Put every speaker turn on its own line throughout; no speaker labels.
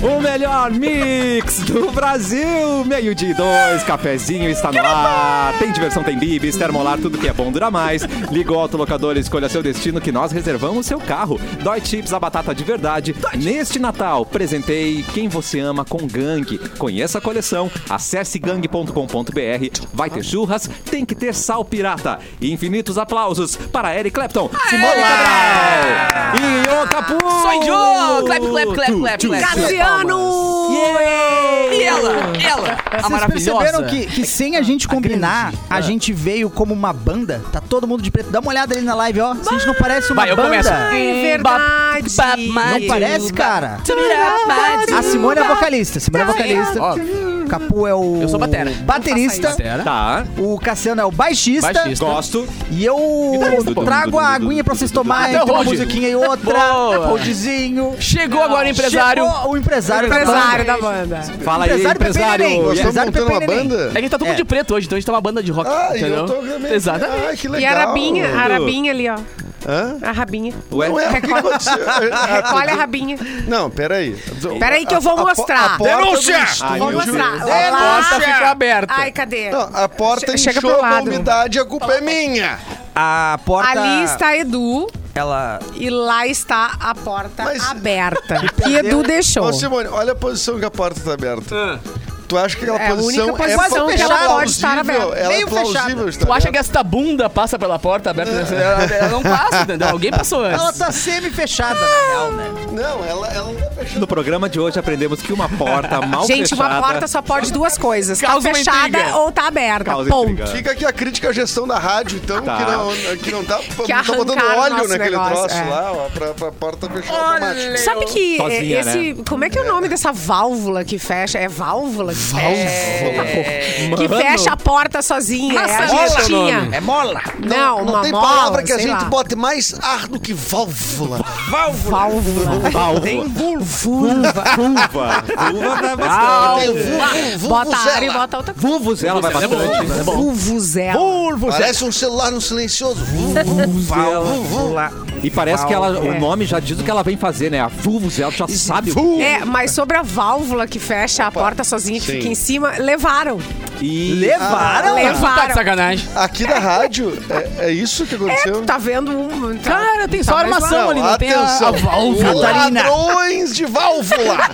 O melhor mix do Brasil. Meio de dois, cafezinho está no ar. Tem diversão, tem bibis, termolar, tudo que é bom dura mais. Liga o autolocador e escolha seu destino que nós reservamos seu carro. Dói Chips, a batata de verdade. Neste Natal, presentei quem você ama com Gang. Conheça a coleção, acesse gang.com.br. Vai ter churras, tem que ter sal pirata. E infinitos aplausos para Eric Clapton, Simone Cabral e o Capu.
Sou eu! Clap, clap, clap, clap, clap.
Cassiano!
E ela, ela, a
Vocês
Ah, maravilhosa. É tá
perceberam que, que sem a gente combinar, a gente veio como uma banda? Tá todo mundo de preto. Dá uma olhada ali na live, ó. Se a gente não parece uma
Vai, eu
banda.
começo.
Ai, É verdade.
Não parece, cara. A Simone é a vocalista. Simone é a vocalista. O Capu é o.
Eu sou batera.
Baterista.
Batera.
Tá,
O Cassiano é o baixista.
Baixista.
gosto.
E eu
Guitarrista,
trago
pô.
a aguinha pra vocês tomarem.
Até
Tem uma
hoje.
musiquinha e outra.
Boa.
Holdzinho.
Chegou agora o empresário.
Chegou o empresário. da
Empresário
banda.
da banda.
Fala aí,
Empresário Pepe
empresário. E
Neném.
Nós
aí,
Gostamos.
estamos
Apesar do
montando uma
Pepe Neném.
banda?
É que tá todo mundo
É.
de preto hoje, então a gente tá uma banda de rock,
Ah, e
entendeu?
eu tô realmente-
Exatamente.
Ai, que
E
legal.
a rabinha, a rabinha ali, ó.
Hã?
A rabinha.
Ué,
Não é o que aconteceu.
Recolhe a rabinha.
Não, peraí.
Peraí que eu vou
A- a-
mostrar.
a porta do
Denúncia!
estúdio-
Ai,
Vou
meu
mostrar.
Ah,
Deus.
Olha lá.
A porta ficou aberta.
Ai, cadê?
Não, a porta
Che- chega
inchou
pro
da
lado.
umidade, a culpa é minha.
A porta.
Ali está Edu
Ela.
e lá está a porta
Mas-
aberta. Que Edu deixou.
Ô, Simone, olha a posição que a porta tá aberta.
Ah.
Tu acha que aquela
É a
posição,
única
é
posição
que ela
plausível?
pode estar aberta.
Ela
Meio
é plausível estar
Tu acha que
aberta.
esta bunda passa pela porta aberta? Ela, ela não passa, entendeu? Alguém passou
Ela
antes.
tá semi-fechada, na real, né?
Não, ela, ela não tá fechada.
No programa de hoje aprendemos que uma porta mal
Gente,
fechada...
uma porta só pode duas coisas. Tá
Causa uma
fechada
intriga.
ou tá aberta.
Causa
Ponto.
intriga.
Fica aqui a crítica à gestão da rádio, então,
Tá.
que, não, que não tá, não tá
arrancaram
botando
o
óleo
nosso
naquele
negócio,
troço
é.
lá, ó, pra, pra porta fechar automático.
Sabe que
Sozinha,
esse.
né?
Como é que é o nome dessa válvula que fecha? É válvula que fecha?
É.
Mano.
Que fecha a porta sozinha. É a
Maçaneta é o
gestinha.
nome.
É mola.
Não,
não
uma
tem
mola,
palavra que a
sei
gente
lá.
bote mais ar do que válvula.
Válvula.
Válvula.
Vulva.
Vulva. Vulva dá
Tem
bastante.
vu- vu-
Bota ar e
vuvuzela. Tá
bota outra
Vulvuzela vai bastante.
coisa. Vulvuzela.
é
Parece um celular no silencioso. Uh,
Válvula.
E parece que ela, o nome já diz o que ela vem fazer, né? A Vulvuzela já sabe.
uh,
o-
É, mas sobre a válvula que fecha a porta sozinha que
Sim. Ah,
fica em cima, levaram.
E
Levaram?
Tá de
levaram.
sacanagem.
Aqui da rádio, é, é isso que
É,
aconteceu.
tu tá vendo um. tá-
Cara, tem só
tá mais
armação
lá.
ali, não tem a- a válvula.
Catarina.
Ladrões de válvula.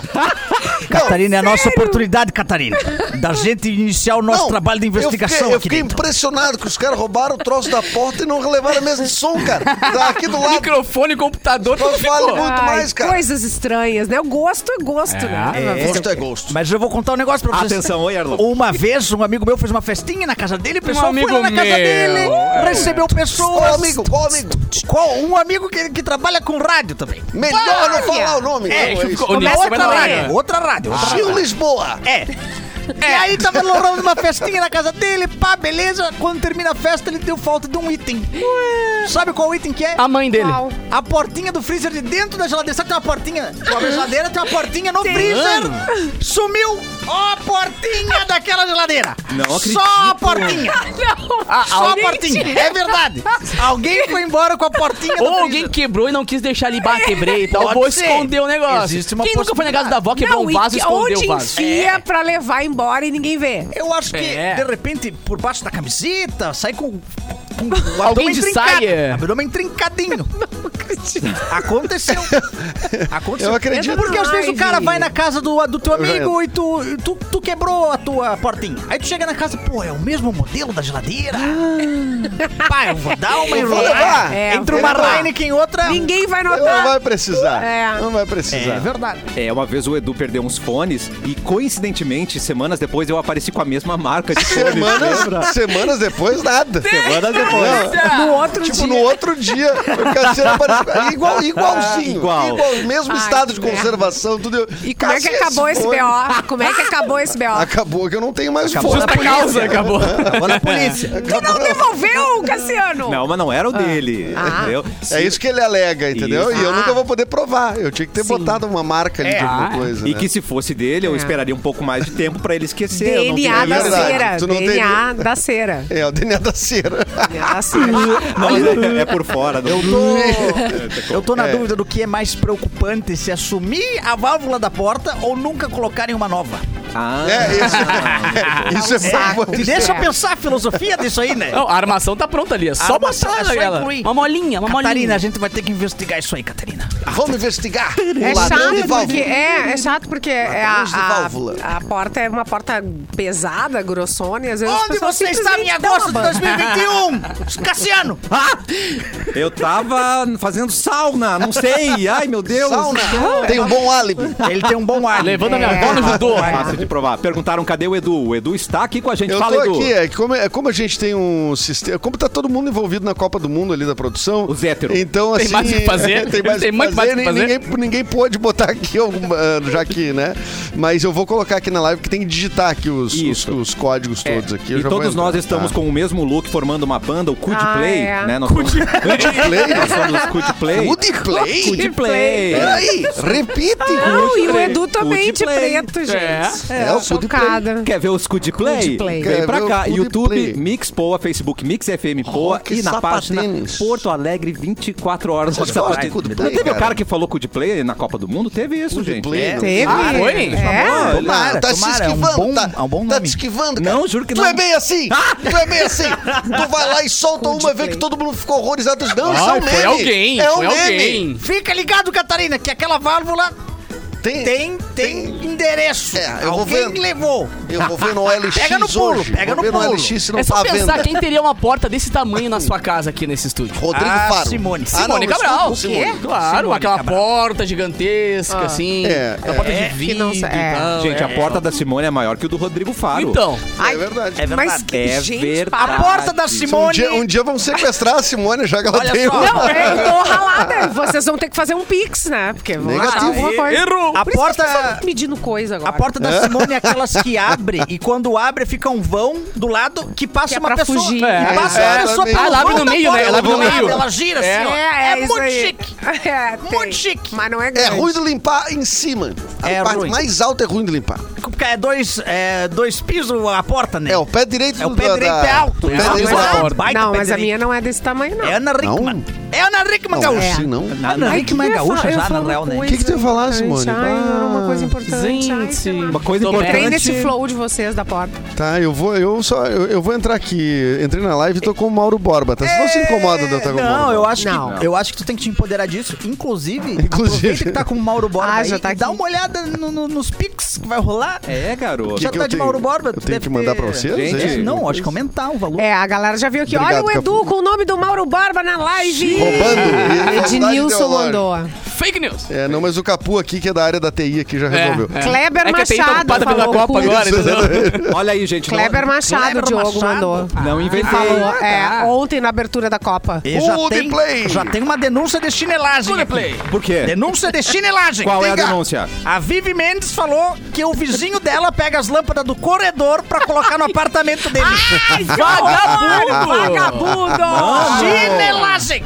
Catarina, é a nossa oportunidade, Catarina. Da gente iniciar o nosso
Não,
trabalho de investigação
eu fiquei, eu
aqui
fiquei
dentro.
impressionado que os caras roubaram o troço da porta e não levaram a mesa de som, cara. Tá aqui do lado.
Microfone, computador,
Não
tudo
vale
ficou.
muito. mais, cara.
Coisas estranhas, né? O gosto é gosto, né?
Gosto é gosto.
Mas eu vou contar um negócio pra vocês.
Atenção, oi, Erlon.
Uma vez, um amigo meu fez uma festinha na casa dele, o pessoal
Um amigo
foi lá na casa
meu.
dele,
É.
recebeu pessoas.
Qual amigo? Qual amigo?
Qual? Um amigo que, que trabalha com rádio também.
Melhor não falar o nome.
É,
não, é isso.
ficou- o Nelson vai
outra,
na
rádio,
rádio.
outra rádio, outra rádio.
Gil Lisboa.
É. E aí tava rolando uma festinha na casa dele, pá, beleza. Quando termina a festa, ele deu falta de um item. Sabe qual item que é?
A mãe dele.
Qual?
A portinha do freezer de dentro da geladeira. Sabe que tem uma portinha? Com a geladeira tem uma portinha no freezer.
Ah.
Sumiu a portinha daquela geladeira.
Não
Só a
acredito.
portinha.
Ah,
Só a
alguém-
portinha. É verdade. Alguém foi embora com a portinha do
Ou alguém
freezer.
quebrou e não quis deixar ali, bah, quebrei e tal.
Pode
Vou
ser.
esconder o negócio.
Existe uma
Quem nunca foi na casa da avó, quebrou
Não,
um vaso e
que-
escondeu
onde
o vaso?
enfia
É.
pra levar embora e ninguém vê.
Eu acho que,
É.
de repente, por baixo da camiseta, sai com. com o
Alguém
abdômen
de
trincado.
saia.
Abdômen trincadinho. Aconteceu. Aconteceu.
Eu acredito.
Porque às vezes o cara vai na casa do, do teu
Eu já
amigo e tu, tu, tu quebrou a tua portinha. Aí tu chega na casa, pô, é o mesmo modelo da geladeira? Pá, eu vou dar uma
Eu vou
enrolada.
levar.
É,
Entre
eu
uma
vou levar.
Heineken e outra.
Ninguém vai
Não
notar.
vai precisar.
É.
Não vai
É
precisar.
verdade.
É, uma vez o Edu perdeu uns fones e, coincidentemente, semanas depois eu apareci com a mesma marca de fones. lembra?
Semanas, semanas depois, nada.
Semanas depois.
Não,
No outro
tipo,
um dia.
no outro dia, o Cassiano apareceu É igual, igualzinho.
Igual.
mesmo
Ai,
estado de
que merda.
conservação, tudo.
E como é que
Cassiano
acabou esse
foi.
BO? Como é que acabou esse BO?
Acabou que eu não tenho mais fome.
Justa causa, acabou.
Vou na polícia.
Tu não devolveu, Cassiano?
Não, mas não era o dele.
Ah.
entendeu?
É isso que ele alega, entendeu?
Isso.
E eu
Ah.
nunca vou poder provar. Eu tinha que ter botado uma marca ali de alguma coisa.
É. Ah, E
né?
que se fosse dele, eu
É.
esperaria um pouco mais de tempo pra ele esquecer. eu não é
DNA
queria-
da
verdade,
cera.
tu não
DNA da cera.
É, o DNA da cera.
Graças
Não, é, é por fora. Não.
Eu
É,
tô, eu tô na
É.
dúvida do que é mais preocupante, se assumir a válvula da porta ou nunca colocarem uma nova.
Ah,
É, isso, isso é
saco.
preocupante.
Deixa eu
é.
pensar a filosofia disso aí, né?
Não, a armação tá pronta ali. É só
Armação,
botar
é só
naquela.
incluir.
Uma molinha, uma
Catarina,
molinha.
a gente vai ter que investigar isso aí, Catarina.
Vamos investigar.
É
O ladrão de
chato, porque,
válvula.
é, é chato porque é a,
Ladrões de válvula.
a, a porta é uma porta pesada, grossona, e às vezes as
Onde
pessoas
você estava em
simplesmente dão
agosto de
uma ban-
2021? Cassiano! Ah!
eu tava fazendo sauna, não sei. Ai, meu Deus.
Sauna. Tem um bom álibi.
Ele tem um bom ar.
Levando a minha
É.
avó no judô.
Fácil de provar. Perguntaram cadê o Edu. O Edu está aqui com a gente.
Eu
Fala,
tô
Edu.
aqui, é que como, é como a gente tem um sistema. Como tá todo mundo envolvido na Copa do Mundo ali da produção.
Os héteros.
Então,
Tem
assim.
mais o que fazer.
tem mais o
Tem
que
muito mais o
fazer.
que
nem-
fazer.
Ninguém, ninguém pôde botar aqui, alguma, já que, né? Mas eu vou colocar aqui na live que tem que digitar aqui os, os,
Isso.
os códigos
É.
todos aqui. eu
E
já vou
todos
entrar,
nós estamos
tá?
com o mesmo look formando uma banda, o Kud
Ah,
Play,
é.
né? Nós somos...
Play?
Nós somos Kud Play.
Good É play?
Kud Play. É.
Peraí, repite.
Ah,
Não, e o
Play.
Edu também tipo, de
Food Play.
preto, gente.
É.
É, o Food Play.
Chocada.
Quer ver os Kud Play?
Kud Play.
Quer
Vem pra
ver
cá,
o Kud
YouTube
Play. Oh,
Mix Poa, Facebook Mix FM Poa
Rock
e na página
Sapatênis.
Porto Alegre 24 horas.
Vocês
Rock
gostam
Sapatênis.
do Kud
Não
Play,
teve o
cara?
cara que falou Kud Play na Copa do Mundo? Teve isso,
Good
gente.
play,
É,
né? não
Teve?
Ah,
né?
foi?
É?
Olha,
Tomara, tá se
tomara, é um
esquivando,
bom-
tá,
é um bom
tá
nome.
te esquivando, cara.
Não, juro que
tu
não.
é bem assim, tu é bem assim. Tu vai lá e solta uma, vê que todo mundo ficou horrorizado. Não, isso é
Ai,
um meme.
foi alguém,
é um
foi
meme.
alguém.
Fica ligado, Catarina, que aquela válvula tem, tem, endereço.
É, eu vou
Alguém
vendo.
levou.
Eu vou ver no LX
Pega no pulo,
hoje.
pega
vou
no
ver
pulo.
no LX se não
É
tá
só pensar
vendo.
quem teria uma porta desse tamanho na sua casa aqui nesse estúdio.
Rodrigo
Ah,
Faro.
Simone.
Ah, não,
Simone
mas
Cabral.
tudo Simone.
Claro,
Simone
aquela
Cabral.
porta gigantesca, assim.
É,
aquela
é.
porta
É,
de
que
vidro
não
e
sa- é.
Então,
tal.
Gente,
é.
a porta da Simone é maior que o do Rodrigo Faro.
Então,
É verdade.
É verdade.
Mas que
É
gente,
verdade.
A porta da
Isso é um
Um
Simone.
dia, um dia vamos sequestrar a Simone, já que ela
Olha
tem
só.
um...
Não, é, eu tô ralada. Vocês vão ter que fazer um pix, né? Porque vão achar
Negativo.
alguma coisa.
A
Por isso que vocês
porta.
estão medindo coisa agora.
A porta da Simone é aquelas que abre e quando abre fica um vão do lado que passa
Que é
uma
pra
pessoa.
fugir.
que
É,
passa uma
exatamente.
pessoa pelo
Ah, ela abre
vão
no
da
meio, né?
porta,
Ela abre
do
no
lado,
meio.
Ela gira assim.
É,
ó.
É, é, isso
muito
aí.
chique.
É, tem.
Muito chique.
Mas não é
É
grande.
ruim de limpar em cima. A
É
parte
ruim.
mais alta é ruim de limpar.
Porque é dois, é, dois pisos a porta, né?
É, o pé direito
É, o
do-
pé
da-
direito
da-
é alto.
o pé
é
direito
alto,
é alto.
alto, baita
Não,
pé
mas a
direito.
minha não é desse tamanho, não.
É Ana Rickman. É Ana Rickman,
Não,
gaúcha.
assim não.
Ana Rickman é gaúcha já, na real, né?
O que que tu ia falar, Simone?
Ai, era uma coisa importante. Ai, sei lá.
Uma coisa
Tomé.
é,
Entrei
importante.
nesse flow de vocês da porta.
Tá, eu vou, eu só, eu, eu vou entrar aqui. Entrei na live e tô com o Mauro Borba, tá? Vocês não se incomoda de eu estar com o Mauro
Não, eu
Borba.
acho,
Não.
Que, eu acho que tu tem que te empoderar disso. Inclusive, aproveita que tá com o Mauro Borba
Ah,
aí
já tá
e dá
aqui.
uma olhada no- no- nos pics que vai rolar.
É, garoto.
já
que
tá
eu
de
tenho?
Mauro Borba.
Eu
tu
tenho
deve
que mandar
ter-
pra vocês,
Gente,
é?
Não, acho que aumentar o valor.
É, a galera já viu aqui. Olha
Obrigado,
o Edu
Capu.
com o nome do Mauro Barba na live.
Roubando.
É, Ednilson
Ideológico.
mandou.
fake news.
É, não, mas o Capu aqui, que é da área da TI aqui, já resolveu.
É.
Kleber
É que a TI tá
Machado
ocupada pela
falou
Copa
com-
agora, entendeu?
Olha aí, gente. não-
Kleber Machado,
Kleber
Diogo
Machado.
mandou.
Não inventei.
Falou,
Ah,
é, ontem na abertura da Copa.
E
Full de play.
já tem uma denúncia de chinelagem.
Full de
aqui.
é play.
Por quê?
Denúncia de chinelagem.
Qual é a
Diga.
denúncia?
A Vivi Mendes falou que o vizinho dela pega as lâmpadas do corredor pra colocar no apartamento dele.
Ai, vagabundo! Vagabundo!
Chinelagem!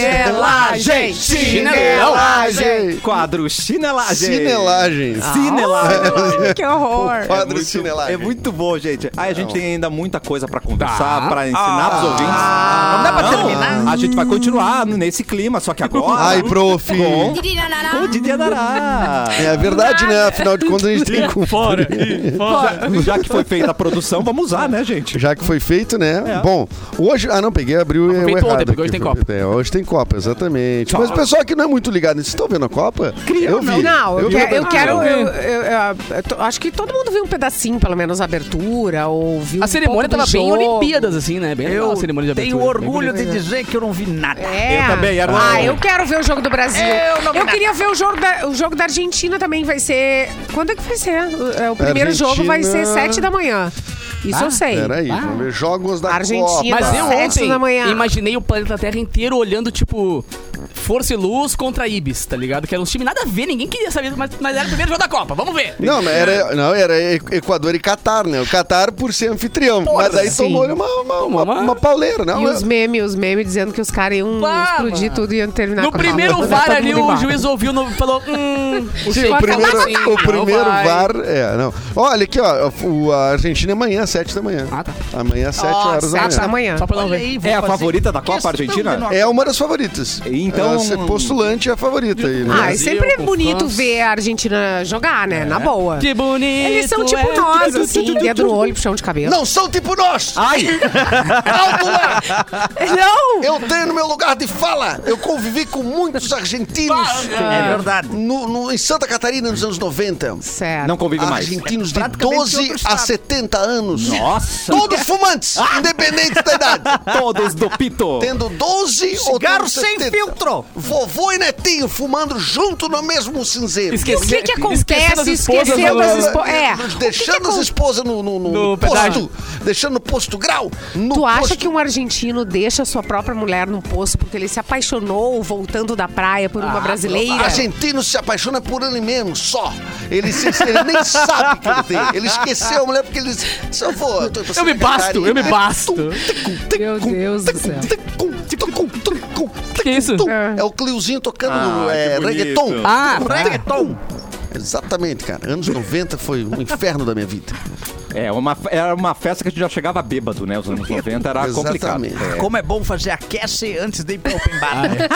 Chinelagem!
Chinelagem.
Quadro chinelagem.
Chinelagem.
Chinelagem.
Que horror!
Quadro
muito-
chinelagem.
Ah, É muito bom, gente. Aí a gente tem ainda muita coisa pra conversar, pra ensinar
Ah.
pros ouvintes.
Não dá pra terminar?
A gente vai continuar nesse clima, só que agora.
Ai, prof.
Com com o Didi Adará.
É verdade, né? Afinal de contas, a gente tem com...
Fora, fora.
Já que foi feita a produção, vamos usar, né, gente?
Já que foi feito, né? Bom, hoje. Ah, não, peguei, abriu o
foi feito
errado.
ontem, porque
aqui.
hoje tem Copa.
É, hoje tem Copa, exatamente. Mas o pessoal que não é muito ligado nisso, estão vendo a Copa? eu vi.
Não, eu,
vi
que-
a
eu
abertura.
quero. Eu, eu- eu- eu to- acho que todo mundo viu um pedacinho, pelo menos, a abertura, ou viu.
A
um
cerimônia
pouco
tava
do
bem
jogo.
Olimpíadas, assim, né? Bem legal
Eu
a cerimônia de
tenho
abertura. Bem
orgulho de
bonita.
dizer que eu não vi nada.
É.
Eu também, era um-
Ah, eu quero ver o jogo do Brasil.
Eu não vi nada.
queria ver o jogo, da, o jogo da Argentina também. Vai ser. Quando é que vai ser? O- é, O primeiro jogo vai ser
Argentina.
sete da manhã. Isso eu sei.
Peraí, vamos ver. Jogos da
Argentina.
Copa.
Mas é um eu
Sete
ontem
da manhã.
imaginei o planeta Terra inteiro olhando, tipo, Força e Luz contra Ibis, tá ligado? Que era um time nada a ver, ninguém queria saber, mas, mas era o primeiro jogo da Copa. Vamos ver.
Não, mas era, não, era E- Equador e Catar, né? O Catar por ser anfitrião. mas aí
sim.
tomou uma, uma, uma,
Uma-
uma pauleira,
E
não.
os memes, os memes dizendo que os caras iam
Bah,
explodir
mano.
tudo Tá e iam terminar
No
com a
primeiro
Copa.
VAR
Todo
ali,
mundo
o
embaixo.
juiz ouviu no, falou: hum,
Sim, o
Sheik
primeiro,
falou assim,
o
não
primeiro
vai.
VAR. É, não. Olha aqui, ó. o- A Argentina é amanhã, às 7 da manhã.
Ah, tá.
Amanhã, às 7
Ó,
horas da
Sete da
manhã.
manhã.
Só pra não ver.
É a favorita da Copa Argentina?
É uma das favoritas.
Então-
Ela ser postulante é a favorita aí, né?
Ah, e
Brasil,
sempre é
com
bonito
França.
ver a Argentina jogar, né? Na boa.
Que bonito.
Eles são tipo
é.
nós, assim, dedo no olho, puxão de cabelo.
Não são tipo nós!
Ai!
Não!
Eu tenho no meu lugar de fala! Eu convivi com muitos argentinos
É verdade.
no, no- em Santa Catarina nos anos 90.
Certo.
Não convive
Ah,
mais.
Argentinos de
praticamente
12
outro
a
estado.
70 anos.
Nossa!
Todos fumantes,
Ah!
independente da idade.
Todos do Pito!
Tendo 12 ou
Cigarro
tendo
sem
70.
filtro.
Vovô e netinho fumando junto no mesmo cinzeiro.
E o que que acontece esquecendo as
as
esposas? É.
Deixando as esposas no, no, no
No
posto.
pedágio.
Deixando no posto grau. No
Tu acha
posto-
que um argentino deixa sua própria mulher no poço porque ele se apaixonou voltando da praia por uma brasileira?
Argentino se apaixona por ele mesmo, só. Ele, se- ele nem sabe que ele tem. Ele esqueceu a mulher porque ele disse: "Se eu vou, eu, tô
Eu me basto, eu me basto.
Meu Deus do céu.
Que isso?
É o Cliozinho tocando
Ah,
é,
que bonito.
reggaeton.
Ah,
reggaeton. Exatamente, cara. Anos 90 foi um inferno da minha vida.
É, uma, era uma festa que a gente já chegava bêbado, né? Os anos 90 era
Exatamente.
complicado. É.
Como é bom fazer aquece antes de ir pro open bar. né?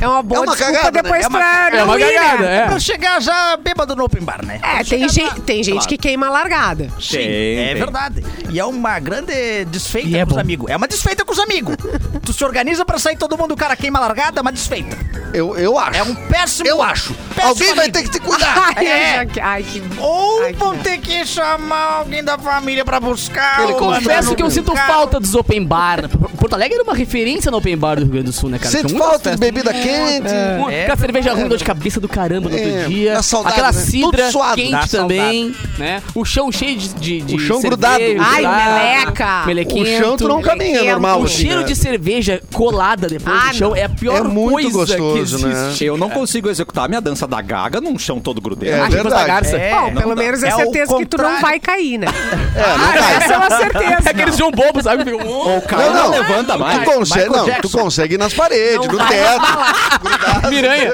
É uma boa
É uma
desculpa
cagada, né?
depois
É uma-
pra
é uma
não ir, né?
cagada, é.
Pra chegar já bêbado no open bar, né?
É, tem, gen- tem gente que queima a largada.
Sim,
Tem,
é
tem.
verdade. E é uma grande desfeita
E é
com os
bom.
amigos. É uma desfeita com os amigos. tu se organiza pra sair todo mundo, o cara queima a largada, é uma desfeita.
Eu, eu acho.
É um péssimo.
Eu acho.
péssimo
Alguém vai
amigo.
ter que te cuidar.
Ah,
Ai,
É.
eu já que- ai, que...
Ou
Ai, que
vão
merda.
ter que chamar alguém da família pra buscar.
Ele
ou
confessa
mandar
Confesso
no
que eu sinto
carro.
falta dos open bar. Porto Alegre era uma referência no open bar do Rio Grande do Sul, né, cara?
Sente
Tinha muitas
falta de
festas.
bebida quente.
Uma-
É.
Aquela cerveja ruim, dor de cabeça do caramba no
É,
outro dia.
dá saudade,
Aquela
né?
cidra
Tudo suado.
quente
Dá
também, né? O chão cheio de, de, de
O chão
cerveja,
grudado.
Ai,
grudado,
meleca.
O
Melequento.
chão tu não caminha
Quento.
normal.
O
assim,
cheiro
né?
de cerveja colada depois
Ah,
do chão
não.
é a pior
É muito
coisa
gostoso,
que
né?
existe.
Eu não consigo executar a minha dança da gaga num chão todo
É
grudeiro.
Ah, que coisa da
verdade.
garça.
É.
Bom,
não
pelo
dá.
menos é
É o
certeza que tu não
contrário.
vai cair, né?
É, não
Ah,
cai.
essa é uma certeza.
É aqueles chão bobo, sabe? Fica, "Oh".
Ou o cara não, levanta mais.
Tu consegue,
Michael
não, tu
Jackson.
consegue ir nas paredes, no teto.
Miranha.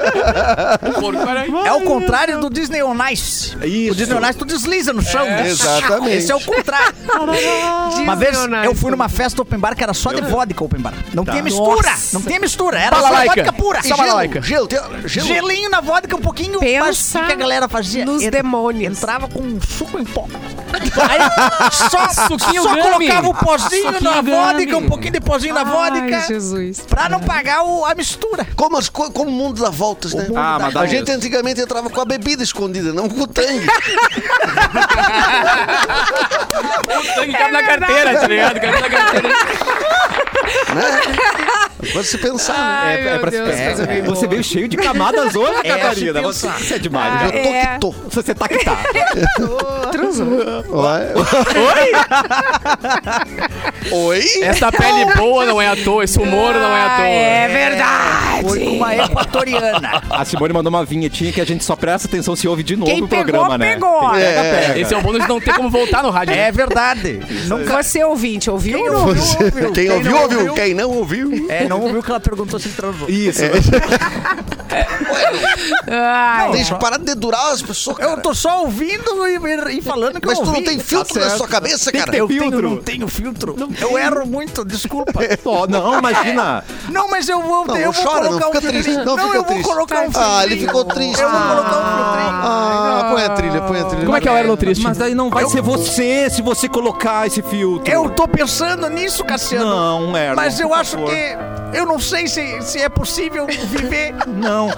O porco era-
É o contrário do Disney On Ice.
Isso.
O Disney On Ice tu desliza no chão. né?
Exatamente.
Esse é o contrário. Uma vez
Desleonardo.
eu fui numa festa open bar que era só de vodka open bar. Não tinha mistura.
Nossa.
Não tinha mistura. Era Tá. só
Balalaica.
vodka pura.
E
Só balalaica.
gelo, gelo, tem- gelo.
Gelinho na vodka um pouquinho.
Pensa
mas o que a galera fazia?
nos
En-
demônios.
Entrava com um suco em pó. Aí só,
Suquinho
só
gummy.
colocava o pozinho
Suquinho
na vodka,
gummy.
um pouquinho de pozinho na vodka.
Ai, Jesus.
Pra não pagar o- a mistura.
Como, as co- como o mundo dá voltas, né?
Ah, mas dá
a gente
mesmo.
antigamente entrava com a bebida escondida, não com o tangue.
Sangue
é
cabe na carteira, tá ligado? Cabe na carteira.
Agora se pensar, né?
Ai, meu
se
Deus,
pensar.
coisa bem
é, Você veio cheio de camadas hoje,
É,
Catarina.
se
Você
pensar.
isso é demais.
Eu tô
é.
que tô.
Você tá que tá.
Oi? Oi?
Essa pele boa não é à toa, esse humor não é à toa.
É verdade.
Foi com uma equatoriana.
A Simone mandou uma vinhetinha que a gente só presta atenção se ouve de novo
Quem
o
pegou,
programa, né?
pegou.
Tem que pegar,
É.
pega.
Esse é o bônus de não ter como voltar no rádio. né?
É verdade. Nunca.
Você ouvinte, ouviu? ou não?
Você-
ouviu.
Quem
Quem
ouviu,
não
ouviu.
ouviu.
Quem não ouviu.
É, não ouviu que ela perguntou se ele transou.
Isso.
Ai,
Tem que parar de dedurar as pessoas.
Eu
cara.
tô só ouvindo e, e- e falando que
Mas
eu
tu não
ouvi.
tem filtro
Tá
na sua cabeça,
Tá Tem que
cara.
ter
Eu tenho-
filtro.
não tenho filtro. eu erro muito, desculpa.
Ó, não, imagina.
não, mas eu vou,
Não,
eu
não
vou
chora, não
colocar
fica
um filtrinho.
triste, não
Não,
fica
eu vou
triste.
colocar um filtrinho.
Ah, ele ficou triste.
Eu vou colocar um filtrinho.
Ah, põe a trilha, põe a trilha.
Como é que é o Erno Triste?
Mas daí não vai ser você se você colocar esse filtro.
Eu tô pensando nisso, Cassiano.
Não, Erno.
Mas eu
por
acho
favor.
que... Eu não sei se, se é possível viver
Não.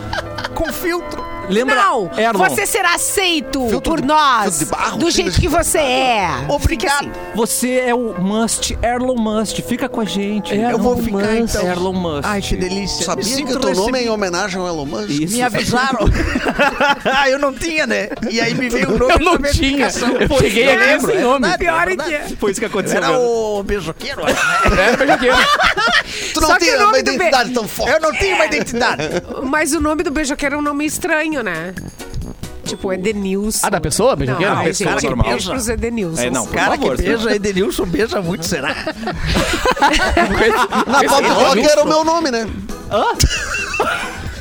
com filtro.
Lembra?
Não,
Erno,
você será aceito
Filtro
por
de-
nós,
filtro de barro,
do
filtro
jeito
de-
que você é.
Obrigado.
você é o Must, Erlon Must. Fica com a gente.
Eu vou ficar, então.
Erlon Must.
Ai, que delícia.
Sabia
Me
que
sinto
o teu nome é em
recebido.
homenagem ao Elon Musk?
Isso.
Me avisaram. ah, eu não tinha, né? E aí me veio o nome
Eu não
da
tinha.
verificação.
Eu cheguei aqui sem nome.
Pior é
Foi isso que aconteceu.
Era
Erno.
o beijoqueiro, acho, né?
É, mas aqui, ó.
Tu não
Só que
tem
o nome
uma
do
identidade tão
Eu
forte.
não tenho uma identidade.
Mas o nome do beijoqueiro é um nome estranho, né? Tipo, Edenilson.
Ah, da pessoa, beijoqueira?
Não, ai,
Pessoa
gente,
normal.
beijo pros Edenilson.
É, não.
O cara
Por favor,
que beija, Edenilson beija muito, será?
Na Pop Rock era o meu nome, né?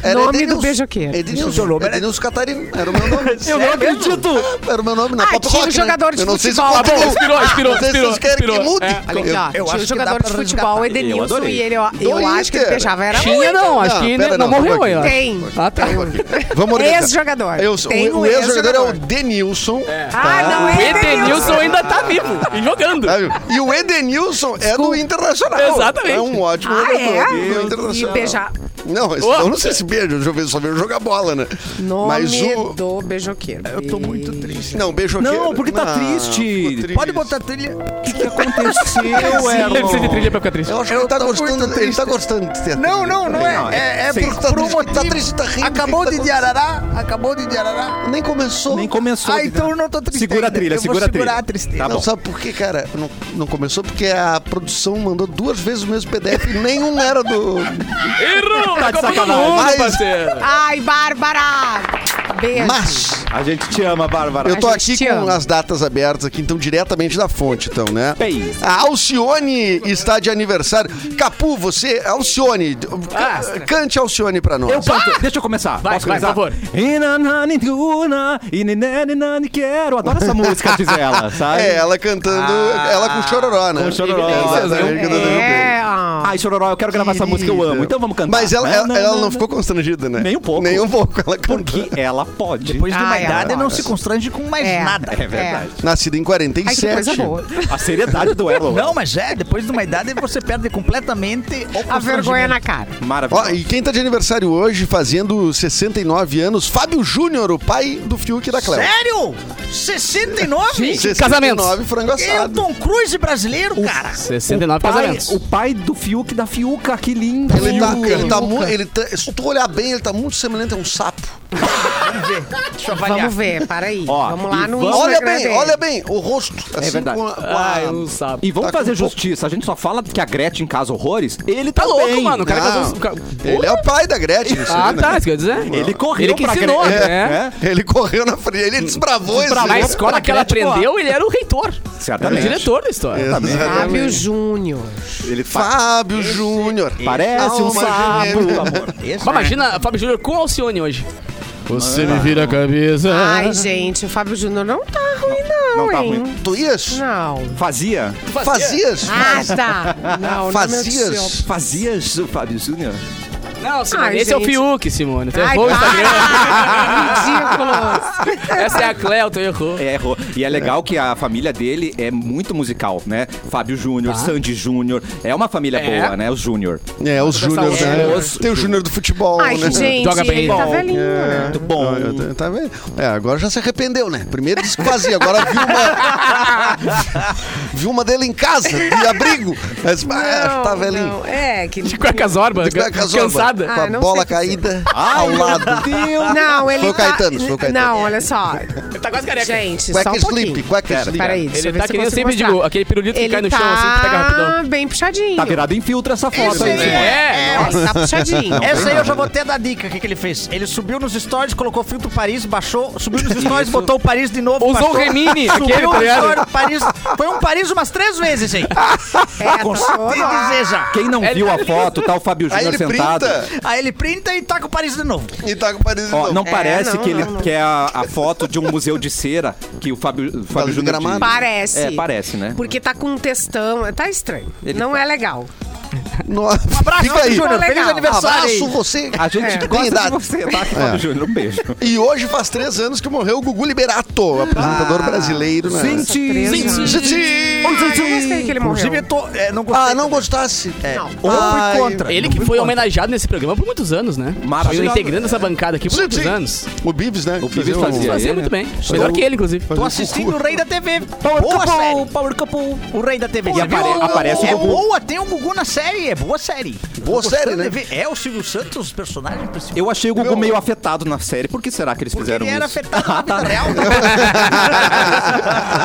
Era
Nome do
Edenilson.
beijoqueiro.
Edenilson. Era Edenilson Catarino. Era o meu nome.
Eu não acredito.
Ah, Era o meu nome na
Ah,
Pop
tinha
Rock.
um jogador de
né? Eu não sei se
futebol.
Tá
o
bom,
Pop-
expirou, expirou,
Não sei se
expirou,
vocês querem que
expirou.
mude.
É,
Ali, ó,
Eu
tinha
acho
um
que
jogador
dá pra
de futebol,
resgatar.
Eu
Edenilson,
adorei.
e ele, ó, eu
Dois
acho que ele
inteira.
beijava, era
Tinha
muito.
não, acho
Não,
que
pera,
não,
não,
morreu
vamos
aí, ó.
Tem.
Ah, tá.
Vamos organizar.
Ex-jogador.
Eu sou-
Tem
o-
um
O ex-jogador é o
ex-jogador.
Denilson.
Ah, não é
Edenilson ainda tá vivo e jogando.
Tá
Sabe? E o Edenilson é do Internacional.
Exatamente.
É um ótimo
Ah,
jogador do
é? E
Internacional.
beijar.
Não, esse-
Ô.
eu não sei se beijo, deixa eu ver, só vejo jogar bola, né?
Nome
Mas o.
do beijoqueiro. Eu tô muito triste.
Não, beijo aqui.
Não, porque tá triste.
Pode botar trilha.
aconteceu,
Ele precisa de trilha
Erlon?
pra ficar triste.
Eu acho que ele tá gostando. Ele tá gostando de ter.
Não, não, não
Não,
é.
é-
É, é
Sim,
por,
tá
por um
triste,
motivo.
tá triste, tá rindo,
Acabou
tá
de
gostando.
diarará, acabou de diarará.
Nem começou.
Nem começou.
Ah, então eu não tô triste
Segura a
ainda.
trilha,
Eu vou
segura a trilha.
segurar a tristeza.
Tá
não,
bom.
sabe por quê, cara? Não, não começou porque a produção mandou duas vezes o mesmo PDF e nenhum era do.
Errou! Tá de
sacanagem.
Mas-
parceiro.
Ai, Bárbara! Beijo.
Mas
A gente te ama, Bárbara.
eu tô
A
aqui
gente
com
ama.
as datas abertas aqui, então diretamente da fonte, então, né?
Bem.
A Alcione está de aniversário. Capu, você, Alcione, ca- cante Alcione pra nós.
Eu canto. Deixa eu começar.
Vai,
Posso
vai,
começar?
por favor.
Inanani tuna, ininanani quero. Adoro essa música, diz ela, sabe?
É, ela cantando,
Ah.
ela com chororó, né?
Com chororó.
Exatamente,
É.
É,
cantando junto.
ó.
Ai, Chororó, eu quero gravar essa música, eu amo. Então vamos cantar.
Mas ela, ela, ela não ficou constrangida, né?
Nem um pouco.
Nem um pouco. Ela cantou.
Porque ela pode.
Depois de uma
Ah, é,
idade, não
agora.
se constrange com mais
É.
nada.
É verdade.
Nascida em
Ai, que
47.
coisa boa.
A seriedade do Elon.
Não, mas é, depois de uma idade você perde completamente o
A vergonha
constrangimento.
na cara.
Ó,
Maravilhoso.
e quem tá de aniversário hoje, fazendo 69 anos, Fábio Júnior, o pai do Fiuk e da Cleo.
Sério? 69?
Sim.
69
Casamentos.
frango assado.
Elton Cruz brasileiro, cara.
69
pai-
casamentos.
o pai do Fiuk da Fiuca, que lindo.
Ele tá,
Fiuk.
ele tá mu- ele tá- se tu olhar bem, ele tá muito semelhante a um sapo.
Deixa eu avaliar.
Vamos ver, para aí.
Ó,
vamos
e
lá no
vamos- É
Olha
Instagram
bem,
dele.
olha bem o rosto. Assim,
verdade.
Com a, com a-
Ah, não sabe.
E vamos
Tá com
fazer
um pouco-
justiça. A gente só fala que a Gretchen casa horrores. Ele
Tá
tá
louco, mano. O cara
Não,
casou... o cara-
Ele é o pai da Gretchen. isso
Ah,
aí, né?
tá. Isso quer dizer?
Ele correu
Ele que
pra
ensinou,
Gretchen. É,
né?
Ele correu na frente, ele desbravou esse. né?
Na escola que ela
Gretchen, pô.
aprendeu, ele era o reitor. Era o
Certamente.
é diretor da história.
Exatamente.
Fábio Júnior.
Ele fa-
Fábio Júnior.
Parece um
Alma gêmea.
sábio, amor.
Mas imagina a Fábio Júnior com Alcione hoje.
Você me vira a cabeça.
Ah.
Ai, gente, o Fábio Júnior não tá ruim, não,
não tá
hein?
ruim.
Tu ias?
Não.
Fazia?
Fazias?
Ah, tá. Não, não. meu
Fazias?
Deus.
Fazias o Fábio Júnior?
Não, Simone,
Ai,
esse é o
gente.
Fiuk, Simone. Tu
Ai,
errou tá o Instagram.
para. Ridículo.
Essa é a Cleo, tu errou.
É, errou. E é legal que a família dele é muito musical, né? Fábio Júnior, Sandy Júnior. É uma família
É.
boa, né? O Júnior.
É, os Júnior, né?
Os-
Tem o Júnior do futebol,
Ai,
né? é.
que gente,
Joga bem.
ele tá
Bom.
velhinho, né?
Muito bom.
Não, eu t- tá vendo? É, agora já se arrependeu, né? Primeiro disse que fazia, agora viu uma. viu uma dele em casa, de abrigo. Mas, ah, tá velhinho.
não, É, que...
De cueca zorba,
Fica com a zorba,
cansada.
Com a
Ah, não
bola
sei o que dizer.
caída
Ai,
ao
meu
lado.
Deus.
Não, ele
Foi o
tá-
Caetano, foi o Caetano.
Não, olha só.
Tá quase careca.
Gente, só
Cueca
um pouquinho.
slip, cueca slip.
Peraí, deixa
Ele
eu ver
tá
se
que nem eu
consigo
sempre
mostrar.
digo, aquele pirulito que
Ele
cai no
tá
chão assim, tu pega rapidão.
bem puxadinho.
Tá virado em filtro essa foto aí,
Esse
Simone.
É,
É, ele tá puxadinho.
Essa aí eu já vou até dar dica, o que, que ele fez? Ele subiu nos stories, colocou filtro Paris, baixou, subiu nos stories, botou o Paris de novo,
Usou
baixou,
o Remini, aquele,
subiu
tá
o
ligado?
story, Paris, foi um Paris umas três vezes, gente.
É, passou
Tem
lá.
dizer já.
Quem não
Ele-
viu a foto, tá o Fábio
Aí
Júnior
ele
sentado.
printa
Aí ele printa e taca o Paris de novo.
e tá com o parecido.
Ó, não
É,
parece
não,
que ele
não, não.
que é a, a foto de um museu de cera que o Fábio, o Fábio
do
Júnior
Gramado.
tinha.
Parece.
É, parece, né?
Porque tá com um textão, tá estranho.
Ele
não é legal.
Um abraço, Fica
Fábio
aí.
Tá
Júnior, feliz
legal.
aniversário.
Abraço
aí.
você.
A gente
É.
gosta de
Idade.
você, tá? Fábio Júnior, um beijo.
E hoje faz três anos que morreu o Gugu Liberato, apresentador brasileiro. Né?
Gente,
Três anos.
Gente!
Eu gostei que ele morreu.
Inclusive, eu tô, é, não gostei.
Ah, não gostasse. É.
Não.
ou
Ai.
fui contra.
Ele que foi homenageado nesse programa por muitos anos, né?
Maravilhoso.
Foi integrando essa bancada aqui por muitos
Gente.
anos.
O Bibs, né?
O Bibis fazia.
Fazia
ele,
muito
né?
bem. Melhor que ele, inclusive.
Tô assistindo o Rei da TV.
Power
Boa
Couple,
série. Power Couple. O Rei da TV.
E apare-
viu?
aparece o
é
Gugu.
boa, tem o Gugu na série, é boa série.
Boa
Tô
série,
gostando de
né?
ver. É o Silvio Santos, os personagens principais.
Eu achei o Gugu
Meu-
meio afetado na série. Por que será que eles
Porque
fizeram
ele era
isso?
afetado na vida real. né?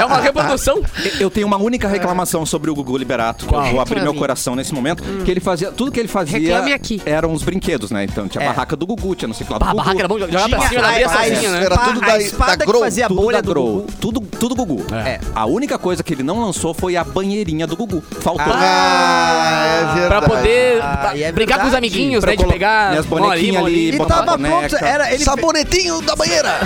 É uma reprodução.
Eu tenho uma única reclamação sobre o Gugu Liberato. que Eu vou abrir meu
Reclame.
coração nesse momento. Que ele fazia. Tudo que ele fazia
Hum. Reclame aqui.
eram os brinquedos, né? Então tinha a
É.
barraca do Gugu, tinha no ciclado
A
do Gugu.
barraca era bom, jogava pra
Tinha
cima, ela abria
a-
sozinha, né?
Era
a-
tudo
a
da-
espada
da
que
Grow,
fazia a
tudo
bolha
da
do
Grow,
Gugu.
Tudo, tudo Gugu.
É.
A única coisa que ele não lançou foi a banheirinha do Gugu. Faltou.
Ah, é
Pra
verdade.
poder
Ah,
pra
e é
brincar com os
verdade.
amiguinhos,
Pra
né? De
colo-
pegar
minhas bonequinhas
mão
ali,
mão
E
botar
tava
a boneca.
pronto, era, ele
Sabonetinho da banheira.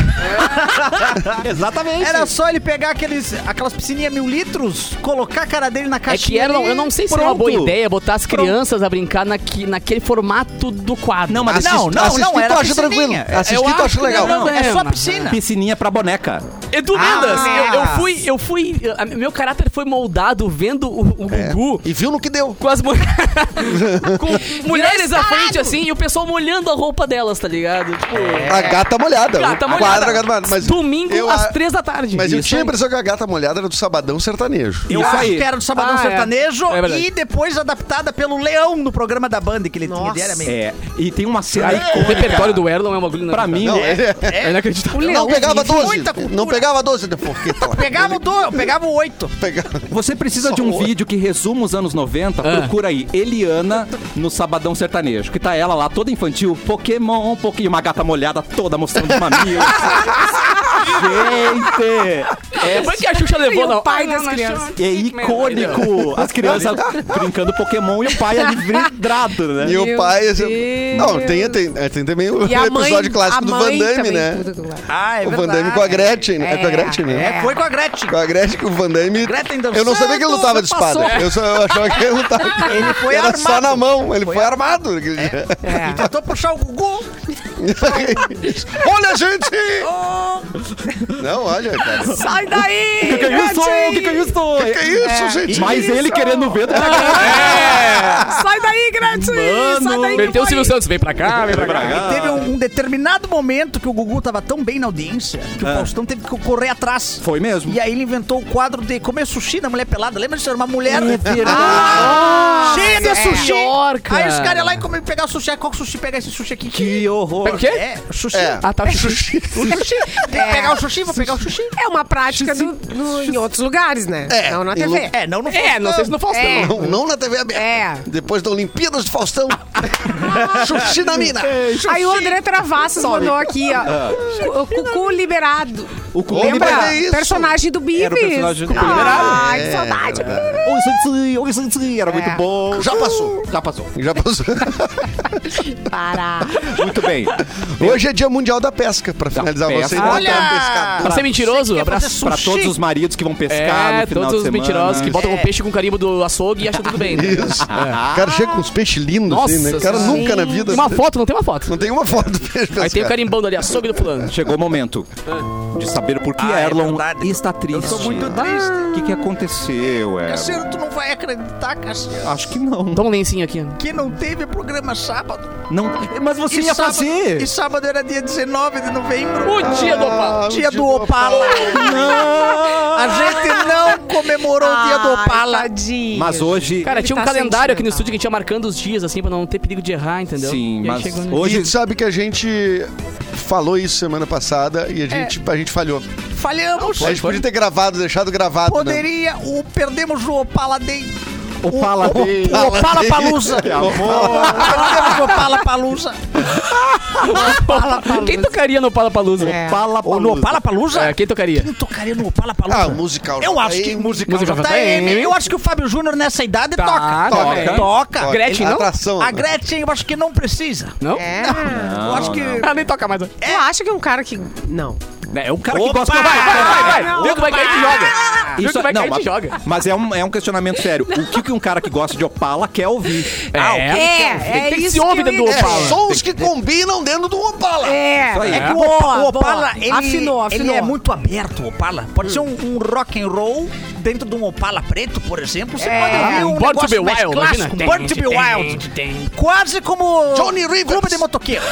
Exatamente.
Era só ele pegar aqueles, aquelas piscininhas mil litros, colocar a cara dele na
É que
caixinha.
era, eu não sei se era uma boa
Pronto.
ideia botar as crianças a brincar naqui- naquele formato do quadro. Ah,
Não, mas
Assistir-
Não, não,
assistir
não, era
tu acha tranquilo.
piscininha. É
Eu
Assistir tu
acho
acha
que
legal.
Não, é só
Não,
piscina.
Piscininha pra boneca.
É do Lendas. eu, eu fui, eu fui, a- meu caráter foi moldado vendo o, o Gugu
É. E viu no que deu.
com as mu- com mulheres à frente assim e o pessoal molhando a roupa delas, tá ligado? Tipo,
A gata molhada.
gata
o
molhada.
É, Quadro, da gata molhada. Mas
Domingo
eu
às
a-
três da tarde.
Mas eu
Isso
tinha a
aí.
impressão que a gata molhada era do Sabadão Sertanejo.
Eu
Isso
acho
aí.
que era do Sabadão
Ah, é.
Sertanejo
É verdade.
e depois adaptada pelo Leão no programa da Band que ele tinha
Nossa.
diariamente.
É. E tem uma cena. aí,
O repertório do Erlon é um bagulho
Pra mim,
Não,
é-
ele é-
é inacreditável.
Eu não pegava 12.
muita cultura.
Não pegava 12 de porqueta.
Pegava o do, eu pegava o oito.
Pegava.
Você precisa
Só
de um
horror.
vídeo que resuma os anos 90,
Ah.
procura aí Eliana no Sabadão Sertanejo, que tá ela lá toda infantil, Pokémon, Pokémon, uma gata molhada toda mostrando os mamilos. Gente! É,
Depois que a Xuxa levou,
o
não.
pai
Ah,
das
não, não,
crianças.
não.
é icônico! As crianças brincando Pokémon e o pai ali vidrado, né?
E o
Meu
pai. esse-
Deus.
Não, tem, tem, é, tem também o
E a
episódio
mãe,
clássico
a
do Van
mãe
Damme,
também,
né?
tudo lá.
Ah, é
o Van Damme com a Gretchen. É, com a Gretchen, né?
É, foi com a Gretchen.
Com a Gretchen, com o Van Damme.
Gretchen
eu não sabia que ele
dançando,
lutava de espada.
passou.
Eu, só, eu achava que ele lutava.
Ele foi
Era só
armado.
na mão. Ele foi, armado. naquele dia.
E tentou puxar o Gugu.
olha, gente! não, olha, cara. O
Sai daí!
O que, que é isso? O que, que é isso?
que é isso, Ah, é. gente?
Mas ele querendo ver. do É. que
Sai daí, Gretchen! Sai daí,
Meteu o Silvio
Silvio
Santos, vem pra cá, vem pra cá.
Ah.
E teve um, um determinado momento que o Gugu tava tão bem na audiência que
Ah.
o Faustão teve que correr atrás.
Foi mesmo.
E aí ele inventou o quadro de comer sushi da mulher pelada. Lembra disso? Era uma mulher
É
cheia de sushi.
Pior, cara.
Aí os caras iam lá e comer, pegar o sushi. Aí qual sushi? Pega esse sushi aqui.
Que horror.
Pega o quê?
É, sushi.
É.
Ah, tá. Xuxa.
Tem que pegar o sushi, vou pegar o sushi.
É uma prática do- do- em outros lugares, né?
É,
Não na
em
TV.
É, não, não
É, não sei se não Faustão.
É.
Não, não na TV aberta.
É.
Depois da Olimpíadas de Faustão.
É.
Xuxi na mina.
Aí o André Travassos mandou aqui, ó. O Cucu liberado.
O cu
Lembra?
liberado.
é isso.
Personagem do Bibis.
Era o personagem do Cucu
Ah,
liberado.
que
É,
saudade.
verdade.
Oi, Santinho, oi, Santinho. Era muito
É.
bom.
Já passou.
Já passou.
Já passou.
Para.
Muito bem. Então,
Hoje é dia mundial da pesca, pra finalizar
pesca.
você.
Olha!
tá pescado.
Pra ser mentiroso,
Quer fazer
abraço.
sushi?
Pra todos os maridos que vão pescar
É,
no final
todos os
de semana.
mentirosos que botam
É.
o peixe com carimbo do açougue e acham tudo bem. né?
Isso. O cara chega com uns peixes lindos,
Nossa,
assim, né? O cara
sim.
nunca na vida.
Uma foto, não tem uma foto.
Não tem uma foto do peixe pescado.
Aí tem o carimbando ali, açougue do fulano.
Chegou o momento de saber por que
Ah, é
Erlon
verdade.
está triste. Ah,
Eu tô muito triste.
O que, que aconteceu, Erlon?
Cassiano, tu não vai acreditar, Cassiano,
Acho que não.
Toma um lencinho aqui. ó.
que não teve programa sábado.
não. Mas você
E
ia
sábado-
fazer.
E sábado era dia 19 de novembro.
O dia do
Ah,
Opala.
o
dia do Opala.
Não.
A gente não comemorou o dia do Opala.
Mas hoje...
Cara,
Ele
tinha um
tá
calendário aqui
sentimental.
no estúdio que a gente ia marcando os dias, assim, pra não ter perigo de errar, entendeu? E
Sim,
aí
mas
chegou, né?
um hoje...
E tu sabe que a gente falou isso semana passada e a gente,
É.
a gente falhou.
Falhamos.
a gente podia ter gravado, deixado gravado. Né?
Poderia, o, perdemos o Opala Day.
Opala Day.
O Opala Palusa.
Que amor.
perdemos o Opala Palusa.
Quem tocaria no Opala Palusa?
É.
Opala
Ou no
Palusa.
Opala Palusa?
É, quem tocaria?
Quem tocaria no Opala Palusa?
Ah, musical.
Eu acho que
Aí,
musical,
Musical
JM.
JM.
Eu acho que o Fábio Júnior nessa idade
Tá,
toca.
toca.
Toca. Toca.
toca.
Gretchen, não?
Atração,
A
né?
Gretchen eu acho que não precisa.
Não?
É.
eu acho que... é
Ah, nem toca mais. ó.
Tu acha que é um cara que... Não.
É um cara que
Opa!
gosta... Vai, vai, vai, vai. é
Vai, viu que vai cair, te joga. Viu que vai cair, te
mas,
joga.
mas é um, é um questionamento sério. O que, que um cara que gosta de Opala quer ouvir?
Ah,
É, é
Tem que
isso
se ouve
que eu
dentro do
ia-
É,
Opala.
sons que combinam dentro do Opala.
É.
Isso aí.
É que o
Boa,
Opala, o
boa.
Opala, ele,
Afinou,
ele
afinou.
é muito aberto, o Opala. Pode ser um, um rock and roll dentro de um Opala preto, por exemplo.
É.
Você pode ouvir um
Born to be
negócio mais
Wild, imagina.
clássico, Born to be Wild. Quase como
Johnny Rivers.
Clube de Motoqueiro.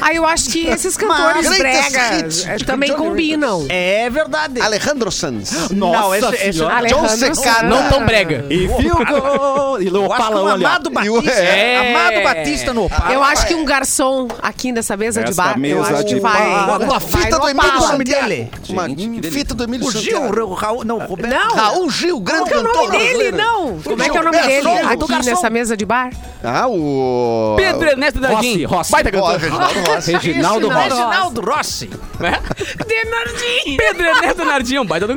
Aí eu acho que esses cantores
Mas-
bregas
Greatest hits
eh,
de
também
Johnny
combinam.
É verdade.
Alejandro Sanz.
Nossa, Não, esse, esse é
Alejandro
John
Sanz.
Secada.
Não tão brega.
E fio gol! E o
Eu acho que o
palão ali. ó.
Amado
E o-
Batista.
é.
Amado Batista no Opala.
Eu acho que um garçom aqui nessa mesa de
Essa
bar, eu
mesa
acho que
de
vai. é
bar.
Uma fita do
vai no
Emílio
Opala. é.
nome dele.
Uma
Gente, que delícia.
fita do Emílio
O Gil,
Santiago.
o Raul, não, o Roberto.
Não.
Raul Gil,
Como
grande
que é o
cantor
nome dele?
brasileiro.
Não. Como é que é o nome
Garçom,
dele
Garçom.
aqui nessa mesa de bar?
Ah, o...
Pedro Ernesto Dardim.
Rossi. tá
Baita
Ó,
cantor.
Reginaldo Rossi.
Reginaldo
Não,
Rossi.
Reginaldo Rossi.
Denardinho.
né? Pedro Ernesto Nardim, um baita do
É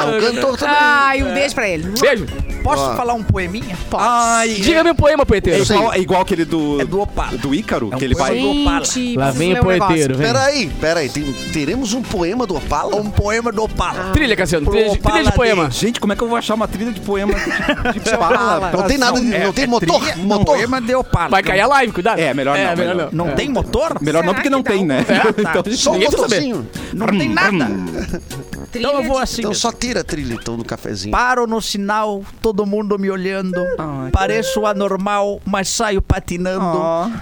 um
cantor.
cantor também.
Ai,
É.
um beijo pra ele.
Beijo.
Posso
Ah.
falar um poeminha?
Ai,
Diga meu poema,
é
poeteiro.
igual, é igual aquele do,
É do Opala.
do Ícaro,
É um
que ele vai.
poema. Opala.
Gente,
Lá
preciso
vem
é
ler
o
um negócio.
poeteiro, vem.
Peraí, peraí. tem- teremos um poema do Opala?
Um poema do Opala.
Trilha, Cassiano.
Pro
Trilha de-
Opala
trilha de poema.
Gente, como é que eu vou achar uma trilha de poema de, de
Opala.
bala?
Ah, Não tem nada, de- não tem motor?
é- Trilha, não,
motor.
poema de Opala.
Vai cair a live, cuidado.
É, melhor não, melhor
Não
É.
tem motor?
Melhor não, porque não
Será que
tem,
dá
né? Então, gente,
Só um
Ninguém precisa saber.
motorzinho.
Não tem nada. Então eu vou assim.
Então
mesmo.
só tira a trilha então do cafezinho.
Paro no sinal, todo mundo me olhando. Pareço anormal, mas saio patinando.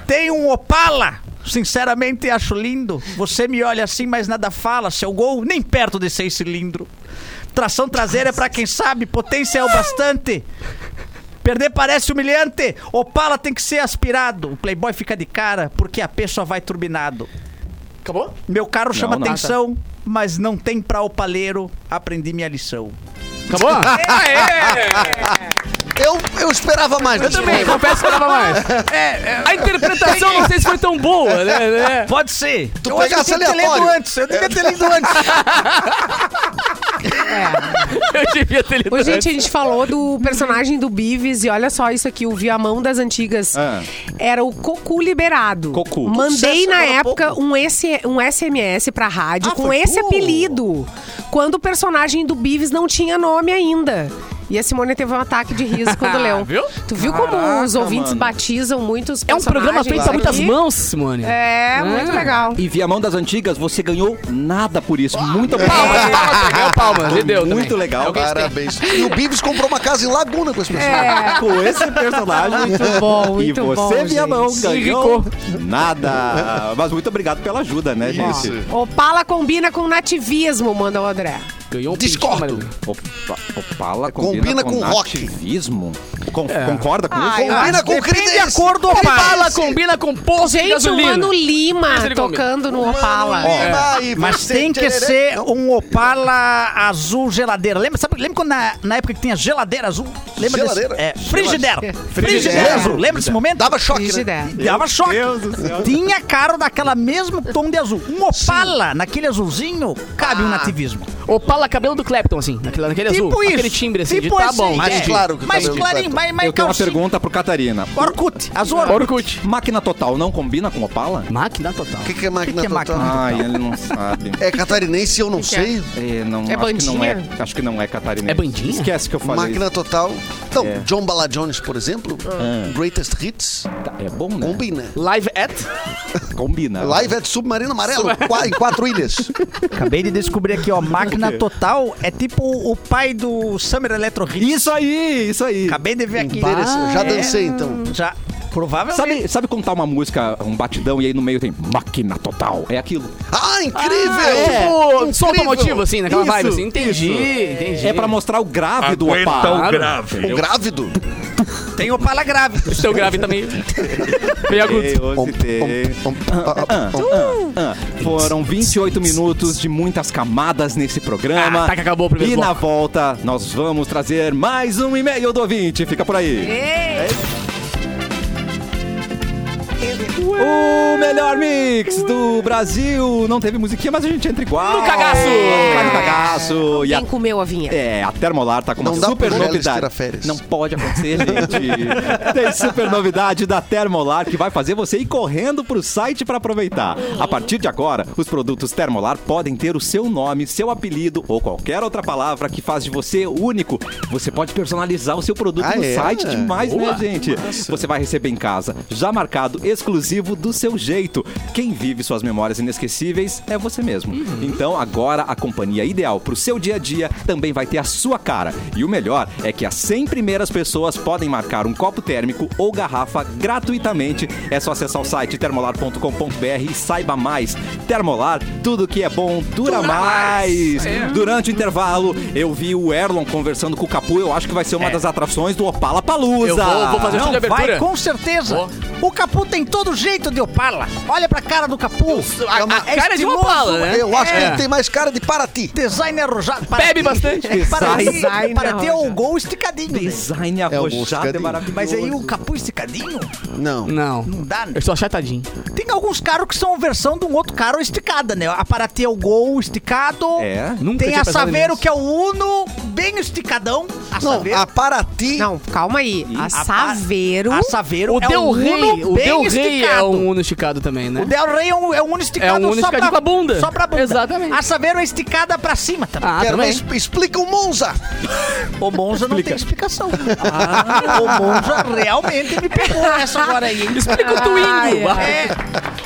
Tem um Opala! Sinceramente, acho lindo. Você me olha assim, mas nada fala. Seu gol nem perto de seis cilindro. Tração traseira é pra quem sabe, potência é o bastante. Perder parece humilhante. Opala tem que ser aspirado. O playboy fica de cara porque a pessoa vai turbinado.
Acabou?
Meu carro chama
não.
atenção, mas não tem pra opaleiro. Aprendi minha lição.
Acabou?
Eu, eu esperava mais. Eu
Também, confesso que eu tava mais. A interpretação não sei se foi tão boa, né? né?
Pode ser.
Tu
eu acho que eu
pegasse
tinha que ter lido
aleatório. É.
antes. Eu devia ter lido antes.
Eu devia ter lido
Ô, gente,
antes.
a gente falou do personagem do Bives e olha só isso aqui, o Viamão das Antigas.
Ah.
Era o Cocu Liberado.
Cocu.
Mandei
Sucesso
na
agora há
época um, S, um SMS pra rádio
Ah,
com
foi
esse
tu?
apelido. Quando o personagem do Bives não tinha nome ainda. E a Simone teve um ataque de riso
Ah,
quando leu.
Viu?
Tu viu como os
Caraca,
ouvintes
mano.
batizam muitos
É um programa feito a muitas mãos, Simone.
tá É, muito
Ah.
legal.
E via mão das antigas, você ganhou nada por isso. Muito obrigado.
Palmas, palmas, ganhou palmas. Ele deu
Muito
também.
É
legal.
Parabéns. E o Bibis comprou uma casa em Laguna com esse
É.
personagem.
Com esse personagem.
Muito bom,
e
muito bom,
você, via
gente.
mão, ganhou
Enricou.
nada. Mas muito obrigado pela ajuda, né,
É Isso.
gente?
Opala combina com nativismo, manda o André.
Ganhou um
Discordo.
pintinho amarelo.
Opa, opala
Combina com rock.
nativismo? Com- Concorda com isso?
Combina com
Depende
credência.
de acordo ou
Opala combina com poço de
Gente, um o
gasolina.
Mano Lima
Gasolina.
tocando no Opala.
É. Mas tem que ser um Opala azul geladeira. Lembra, sabe, lembra quando na, na época que tinha geladeira azul? Lembra
Geladeira?
Desse, é, frigideira.
Frigideira.
Frigideira azul. Lembra desse momento?
Dava choque,
Frigideira.
né?
Dava choque.
Deus do céu.
Tinha caro daquela mesmo tom de azul. Um Opala, naquele azulzinho, cabe um nativismo.
Opala cabelo do Clapton, assim. Naquele, naquele
Tipo
azul.
isso.
Aquele timbre, assim.
Tipo
de, tá
esse
bom.
aí.
Mais
entendi.
claro que o
Mais
cabelo
clarinho,
do
mais, mais
Eu tenho uma
calcinha.
pergunta pro Catarina.
Orkut, azul Orkut.
Orkut.
Máquina total não combina com opala?
Máquina total.
O que, que é máquina
Que que é
total?
Ai, ele não sabe.
É catarinense, eu não sei.
É, não,
É
acho que não é,
bandinha?
acho que não é catarinense.
É bandinha?
Esquece que eu falei.
Máquina total. Então,
É.
John Bala Jones, por exemplo,
Ah.
Greatest Hits,
É bom, né?
combina.
Live at.
Combina.
Live é de Submarino Amarelo, qua- em quatro ilhas.
Acabei de descobrir aqui, ó. Máquina Total é tipo o pai do Summer Electro Hits.
Isso aí, isso aí.
Acabei de ver aqui.
Ah,
É,
Interessante.
é?
Já dancei, então.
Já. Provavelmente.
Sabe, sabe contar uma música, um batidão, e aí no meio tem máquina total? É aquilo.
Ah, incrível!
tipo, som
Incrível.
automotivo, assim, naquela
Isso,
vibe, assim. Entendi,
isso.
entendi.
É pra mostrar o grave do
Aguenta
opala.
o grave.
O Um grávido?
Tem o Pala Grave.
O seu grave também. Meio
É,
agudo.
Eu citei.
Om, om, om,
Ah,
om, om.
ah, ah. Foram 28 minutos de muitas camadas nesse programa.
Ah, tá que acabou o primeiro
E na
bloco.
volta, nós vamos trazer mais um e-mail do ouvinte. Fica por aí. O melhor mix do Brasil. Não teve musiquinha, mas a gente entra igual.
No cagaço.
Vai no cagaço. E a,
Quem comeu a vinha?
é, a Termolar tá com uma
Não dá
super
pro Gélis
novidade.
tirar férias.
Não pode acontecer, gente. Tem super novidade da Termolar que vai fazer você ir correndo pro site para aproveitar. A partir de agora, os produtos Termolar podem ter o seu nome, seu apelido ou qualquer outra palavra que faz de você único. Você pode personalizar o seu produto
Ah,
no
é?
site demais, né,
Boa.
gente? Você vai receber em casa, já marcado exclusivo do seu jeito. Quem vive suas memórias inesquecíveis é você mesmo. Então, agora a companhia ideal pro seu dia a dia também vai ter a sua cara. E o melhor é que as 100 primeiras pessoas podem marcar um copo térmico ou garrafa gratuitamente. É só acessar o site termolar.com.br e saiba mais. Termolar, tudo que é bom dura, mais. É. Durante o intervalo, eu vi o Erlon conversando com o Capu. Eu acho que vai ser uma das atrações do Opala Palusa.
Eu vou- vou
um
fazer- Deixa eu
Não,
de
vai
abertura.
com certeza. O Capu tem todo jeito de Opala. Olha pra cara do Capu.
a- a cara de
estiloso,
Opala, né?
Eu acho que
É.
ele tem mais cara de Paraty.
Design arrojado.
Bebe bastante.
Para ti,
Design
para ti é o
arrojado.
gol esticadinho. né?
Design
o
arrojado é,
Moscadinho.
maravilhoso.
Mas aí o Capu esticadinho
Não.
Não.
não dá, né?
Eu sou achatadinho.
Tem alguns carros que são versão de um outro carro esticada, né? A Paraty é o Gol esticado.
É.
Nunca
Tem
tinha
a
pensado
Saveiro,
nisso.
que é o Uno, bem esticadão. A
Não,
Saveiro.
a Paraty.
Não, calma aí. A
A pa-
Saveiro.
A Saveiro
O
é
Del
um
Rey,
Uno
o
bem
Del Rey
esticado.
é um Uno esticado também, né?
O Del Rey é um, é um Uno esticado
Uno
só pra,
esticadinho com a bunda.
Só pra bunda.
Exatamente.
A Saveiro é esticada pra cima também.
Ah,
Quero ver,
também.
es- explica o Monza.
O Monza não tem explicação.
Ah.
o Monza realmente me pegou essa é agora aí.
Explica o Twingo.
É.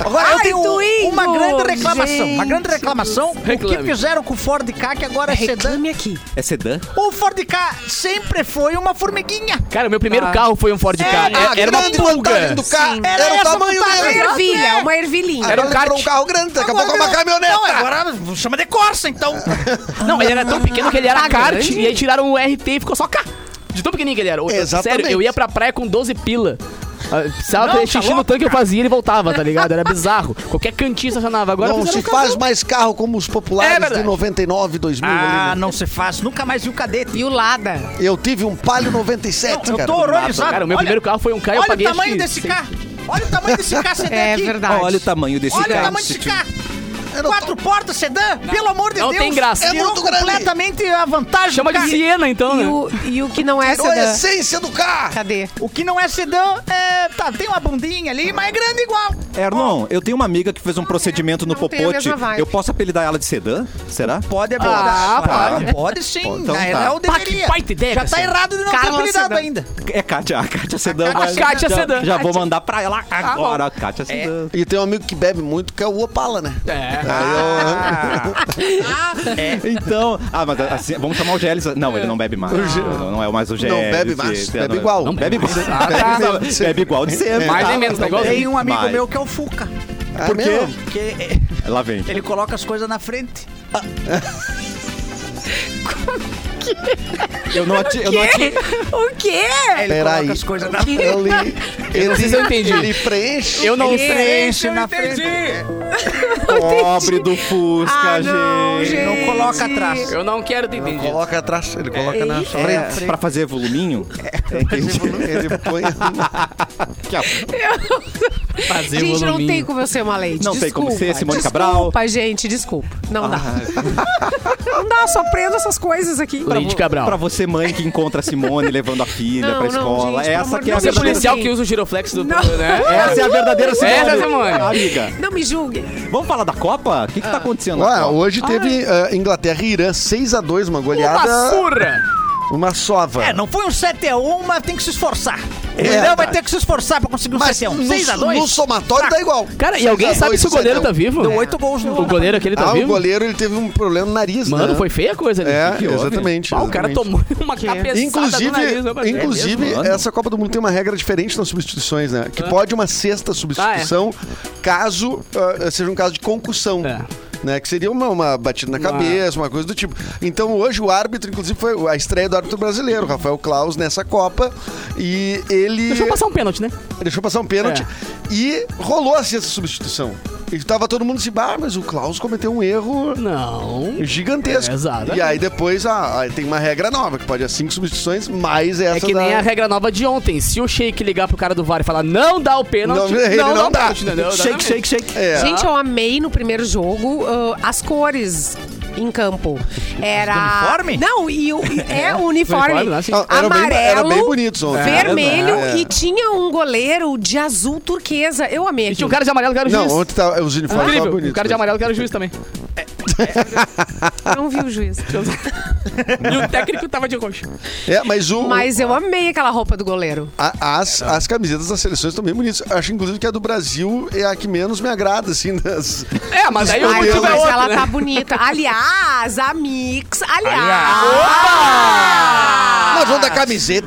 Agora eu
Ai,
tenho
Twingo,
uma grande reclamação. uma grande
gente
reclamação. O que
Reclame.
fizeram com o Ford K, que agora é sedã.
Reclame aqui.
É sedã?
O Ford K sempre foi uma formiguinha.
Cara, o meu primeiro carro foi um Ford
É,
Ka.
a
É- Era uma
grande vantagem
pulga.
do carro
Sim.
era, o
Era
tamanho
essa
dele.
vantagem.
Ervilha,
é.
uma ervilhinha.
Agora
um
ele virou um
kart.
carro grande, daqui a pouco é uma
Não,
caminhoneta.
agora chama de Corsa, então.
Não, ele era tão pequeno que ele era
Tá
kart.
grande.
E aí tiraram o RT e ficou só K. De tão pequenininho que ele era. Eu-
Exatamente.
Sério, eu ia pra praia com 12 pila. Ah, Precisava
Não,
fazer
tá
xixi no
louco,
tanque, eu fazia e ele voltava, tá ligado? Era bizarro. Qualquer cantinho estacionava. Agora
Não se
fizeram um
faz mais carro como os
É
populares de
verdade.
99, 2000.
Ah,
ali, né?
não se faz. Nunca mais vi o cadete.
E o Lada.
Eu tive um Palio
Não,
97,
eu
cara. né?
tô horrorizado.
Cara, o meu
Olha-
primeiro carro foi um K e eu
Olha o
paguei,
tamanho
acho que
desse
sei.
carro. Olha o tamanho desse carro sedã
É
aqui.
verdade.
Olha o tamanho desse Tipo,
Olha
carro.
o tamanho desse carro.
Era o
Quatro portas sedã, pelo amor de
não
Deus.
tem graça.
É
Tirou
muito grande.
completamente a vantagem.
Chama
do
de
carro.
Siena, então,
E
né?
o, e o que não é
Tirou a
sedã.
essência do carro.
Cadê?
O que não é sedã, é, tá, tem uma bundinha ali, mas é grande igual.
Erlon, eu tenho uma amiga que fez um procedimento no
Não tem a
popote.
mesma vibe.
Eu posso apelidar ela de sedã? Será?
Pode
abordar,
abordar.
claro.
Pode, sim. né?
Então
Na
tá.
real,
Ah, Pá, que
deveria.
baita ideia,
Já tá
Cassiano.
errado de não ter
Carla
apelidado
Sedã.
ainda.
É Kátia, a Kátia Sedã.
Kátia
mas-
Kátia
já,
Sedã.
Já vou mandar pra ela agora, Kátia Sedã.
E tem um amigo que bebe muito, que é o Opala, né?
É. Ah,
Então, ah, mas assim, vamos chamar o Gélis. Não, ele não bebe mais. Não, não é mais o Gélis.
bebe mais,
É,
bebe
não é-
igual.
Não bebe igual.
Ah, tá.
Bebe, sempre, bebe igual de sempre.
Mais nem menos, tá
Tem
igualzinho.
um amigo
Mas-
meu que é o Fuca.
É
Por quê?
mesmo?
Porque é,
Lá vem.
ele coloca as coisas na frente.
Eu não, ati- eu não ati-
O quê?
Ele
Peraí.
coloca as coisas na frente.
Ele, ele,
sei se eu entendi.
ele preenche.
Eu não
Ele
sei.
preenche na frente.
Pobre do Fusca,
Ah, não,
gente.
Ele não coloca atrás.
Eu não quero ter entendido.
Coloca atrás, ele coloca na
É,
frente.
pra fazer voluminho?
Tipo, Ele põe.
Fazer
gente, não
voluminho.
tem como eu ser uma lady.
Não tem como
Desculpa,
ser, Simone
desculpa,
Cabral. Ah.
Desculpa, gente, desculpa. Não dá. não dá, só prendo essas coisas aqui.
Leite Cabral.
Pra você, mãe que encontra a Simone levando a filha
Não,
pra
não,
escola.
gente, pelo
essa
amor
que é a
de Deus,
Você é
verdadeira.
policial
Sim.
que usa o giroflex do...
assim. Não.
Né?
Essa é a verdadeira Simone.
Essa é a Simone.
Amiga,
Não me julguem.
vamos falar da Copa? O que, que tá acontecendo na
Ué,
Copa?
hoje teve ah, Inglaterra e Irã 6x2,
Uma
uma goleada.
surra.
Uma sova.
É, não foi um 7x1, mas tem que se esforçar. O
É,
Irã vai
tá.
ter que se esforçar pra conseguir um
Mas
7x1.
no,
6x2?
no somatório
Tá.
dá igual.
Cara, e
Seis a
alguém sabe
dois,
se o
sete
goleiro
a um.
tá vivo?
Deu oito gols no
O goleiro aquele tá
Ah, o
vivo?
goleiro ele teve um problema no nariz,
Mano,
né?
foi feia a coisa ali.
É,
Que que houve?
exatamente,
Ah, o cara tomou
exatamente.
uma cabeçada
Inclusive,
no nariz, né, pra ver. É
inclusive
mesmo?
essa Copa do Mundo tem uma regra diferente nas substituições, né? Que pode uma sexta substituição caso ah, seja um caso de concussão.
É.
Né, que seria uma, uma batida na cabeça, uma coisa do tipo. Então hoje o árbitro, inclusive, foi a estreia do árbitro brasileiro, Rafael Claus, nessa Copa. E ele.
Deixa eu passar É. um pênalti, né?
Deixou passar um pênalti e rolou a sexta substituição. E tava todo mundo se bah, mas o Klaus cometeu um erro
Não.
gigantesco.
É, exato.
E aí depois ah, aí tem uma regra nova, que pode ser cinco substituições, mais essa
É que
da...
nem a regra nova de ontem. Se o Sheik ligar pro cara do VAR e falar não dá o pênalti,
Não,
não,
ele
dá
não
o
dá.
pênalti, entendeu?
Shake, shake, shake.
É.
Gente, eu amei no primeiro jogo ah, as cores em campo. Era.
uniforme?
Não, e o, e- é o uniforme.
Uniforme, lá, sim.
Ah, era bem-
Amarelo,
era bem bonito ontem.
Vermelho
É, é.
e tinha um goleiro de azul turquesa. Eu amei
E tinha
aquilo.
um cara de amarelo que era o
Não,
juiz.
ontem tá, os uniformes estavam
Incrível. Um O
bonitos.
cara de amarelo que era o juiz também.
Não vi o juiz.
um
E o técnico tava de roxo.
É, mas o.
Mas eu amei aquela roupa do goleiro.
a- as, as camisetas das seleções estão bem bonitas. Acho, inclusive, que a do Brasil é a que menos me agrada, assim, das.
É, mas aí o
Ai,
motivo é
mas
outro,
ela
né?
tá bonita. Aliás, a Mix. Aliás.
Ah,
Nós vamos da camiseta.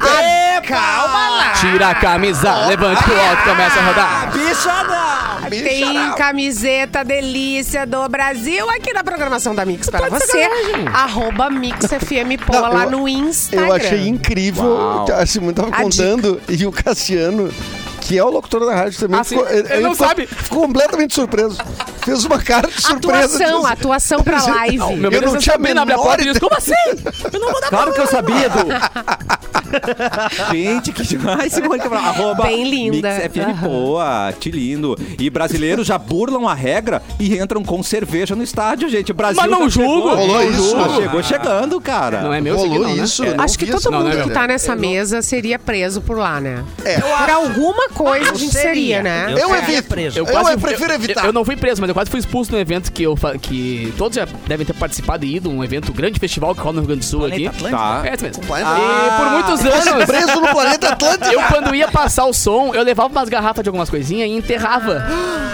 Calma
tá
lá!
Tira a
Ah!
camisa, levante pro alto, começa a rodar.
Bicha não!
bicha,
Tem
não.
camiseta delícia do Brasil aqui na programação da Mix para você. Arroba Mix FM Poa
Não,
lá
eu-
no Instagram.
Eu achei incrível. que A Simone tava
A
contando e o Cassiano, que é o locutor da rádio também,
Ah, sim. Ele não
ficou,
sabe.
Ficou completamente surpreso. Fez uma cara de surpresa.
Atuação,
disse-
atuação pra live.
Eu
é
Meu
não
Deus,
tinha a
essa menina abre a
menor
porta e diz,
ideia.
como assim? Eu não vou dar
Claro que eu sabia, Edu. Gente, que demais, Simone Cabral. Arroba
Bem linda.
Mix FM
Aham.
Boa, que lindo. E brasileiros já burlam a regra e entram com cerveja no estádio, gente. O Brasil
Mas não
já chegou.
julgo.
Rolou
Não
isso?
julgo. Chegou chegando, cara.
Não é meu isso aqui
Rolou
não, né?
isso?
É.
não
Acho que
vi
todo
essa-
mundo
não é
que
meu.
tá nessa mesa seria preso por lá, né?
É.
Por alguma coisa a
Eu
gente
seria.
seria, né?
Eu,
Eu seria
evito.
preso.
Eu, prefiro
eu-
evitar.
Eu, não fui preso, mas eu quase fui expulso num evento que eu fa- que todos já devem ter participado e ido, um evento, um grande festival que rola no Rio Grande do Sul aqui.
Planeta Atlântico?
Tá.
É isso mesmo.
Planeta-
E por muitos anos,
Preso Tá no planeta Atlântico.
eu quando ia passar o som, eu levava umas garrafas de algumas coisinhas e enterrava.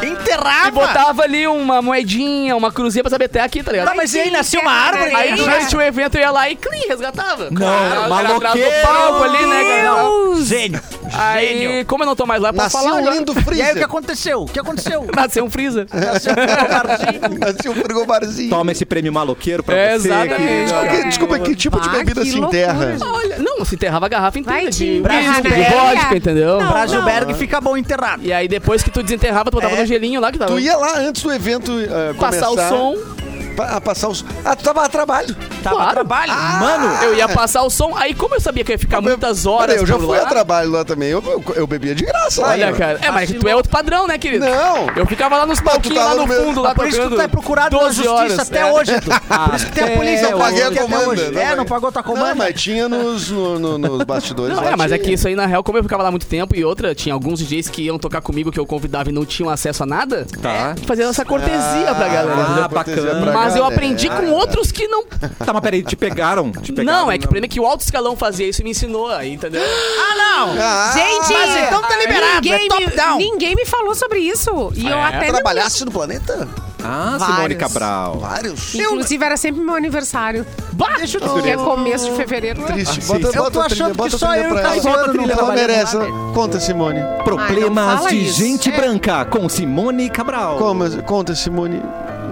Enterrava!
E botava ali uma moedinha, uma cruzinha pra saber até aqui, tá ligado?
Não, mas e aí
Sim,
nasceu
é,
uma árvore?
né?
Aí
Aí,
durante o evento eu ia lá e clean, resgatava. Não, atrás
maloqueiro!
do palco ali, né, cara?
Gênio!
Aí, como eu não tô mais lá, eu posso
Nasceu
falar
um
agora.
lindo
E aí o que
freezer.
aconteceu? O que aconteceu?
Nasceu um freezer.
É, Nasceu um frigobarzinho.
Toma esse prêmio maloqueiro pra
É,
você.
exatamente,
querido.
Desculpa, que- desculpa, que tipo de
Bah,
bebida
que
se enterra?
loucura,
Olha, não, se enterrava a garrafa
Vai
inteira
te
de
enterrar
de
na areia.
vodka, entendeu?
Não,
Pra Gilberg fica bom enterrado.
E aí depois que tu desenterrava, tu botava
É.
no gelinho lá que tava.
Tu ia lá antes do evento eh,
Passar
começar,
o som,
pa- a passar o som. Ah, tu tava a trabalho.
Tava
claro.
trabalho.
Mano,
eu ia passar o som, aí como eu sabia que eu ia ficar muitas horas
eu já
por
fui
lá,
a trabalho lá também. Eu, eu, eu bebia de graça lá.
Olha,
né?
cara, é, mas tu é outro padrão, né, querido?
Não.
Eu ficava lá nos
tu
palquinhos,
tava
lá
no
no
meu-
fundo, lá
Mas por isso que
tocando.
tu é procurado pela
12
justiça
horas,
até
é.
hoje. Tu. Por isso que tem a polícia.
Eu paguei a
aqui até
comanda.
hoje.
né,
É,
velho?
não pagou tua comanda.
Não, mas tinha nos, no- no- nos bastidores.
Não,
lá,
é, mas é
tinha.
que isso aí, na real, como eu ficava lá muito tempo e outra, tinha alguns DJs que iam tocar comigo que eu convidava e não tinham acesso a nada,
Tá.
fazia essa cortesia pra galera.
Ah,
entendeu?
bacana.
pra
Mas eu
galera.
aprendi com outros que não.
Tá, mas peraí, te pegaram? Te pegaram
Não, é que o problema é que o alto escalão fazia isso e me ensinou aí, entendeu?
Ah, não!
Ah,
Gente,
Mas então tá liberado,
ninguém,
é top
me,
down.
ninguém me falou sobre isso. E eu
É.
até não
trabalhasse no planeta?
Ah, Simone
Vários.
Cabral.
Vários.
Inclusive, era sempre meu aniversário.
um- Deixa eu
Que é começo de fevereiro. né?
Triste.
Ah,
bota,
sim.
bota
Eu tô
a trilha,
achando
bota
que
a
só
trilha
eu
pra
e o
ela.
Cassiano não
Ela
trabalham
merece.
lá,
ela- Conta, Simone.
Ai, não
Problemas
fala
de
isso.
gente
É.
branca com Simone Cabral.
Como- Conta, Simone.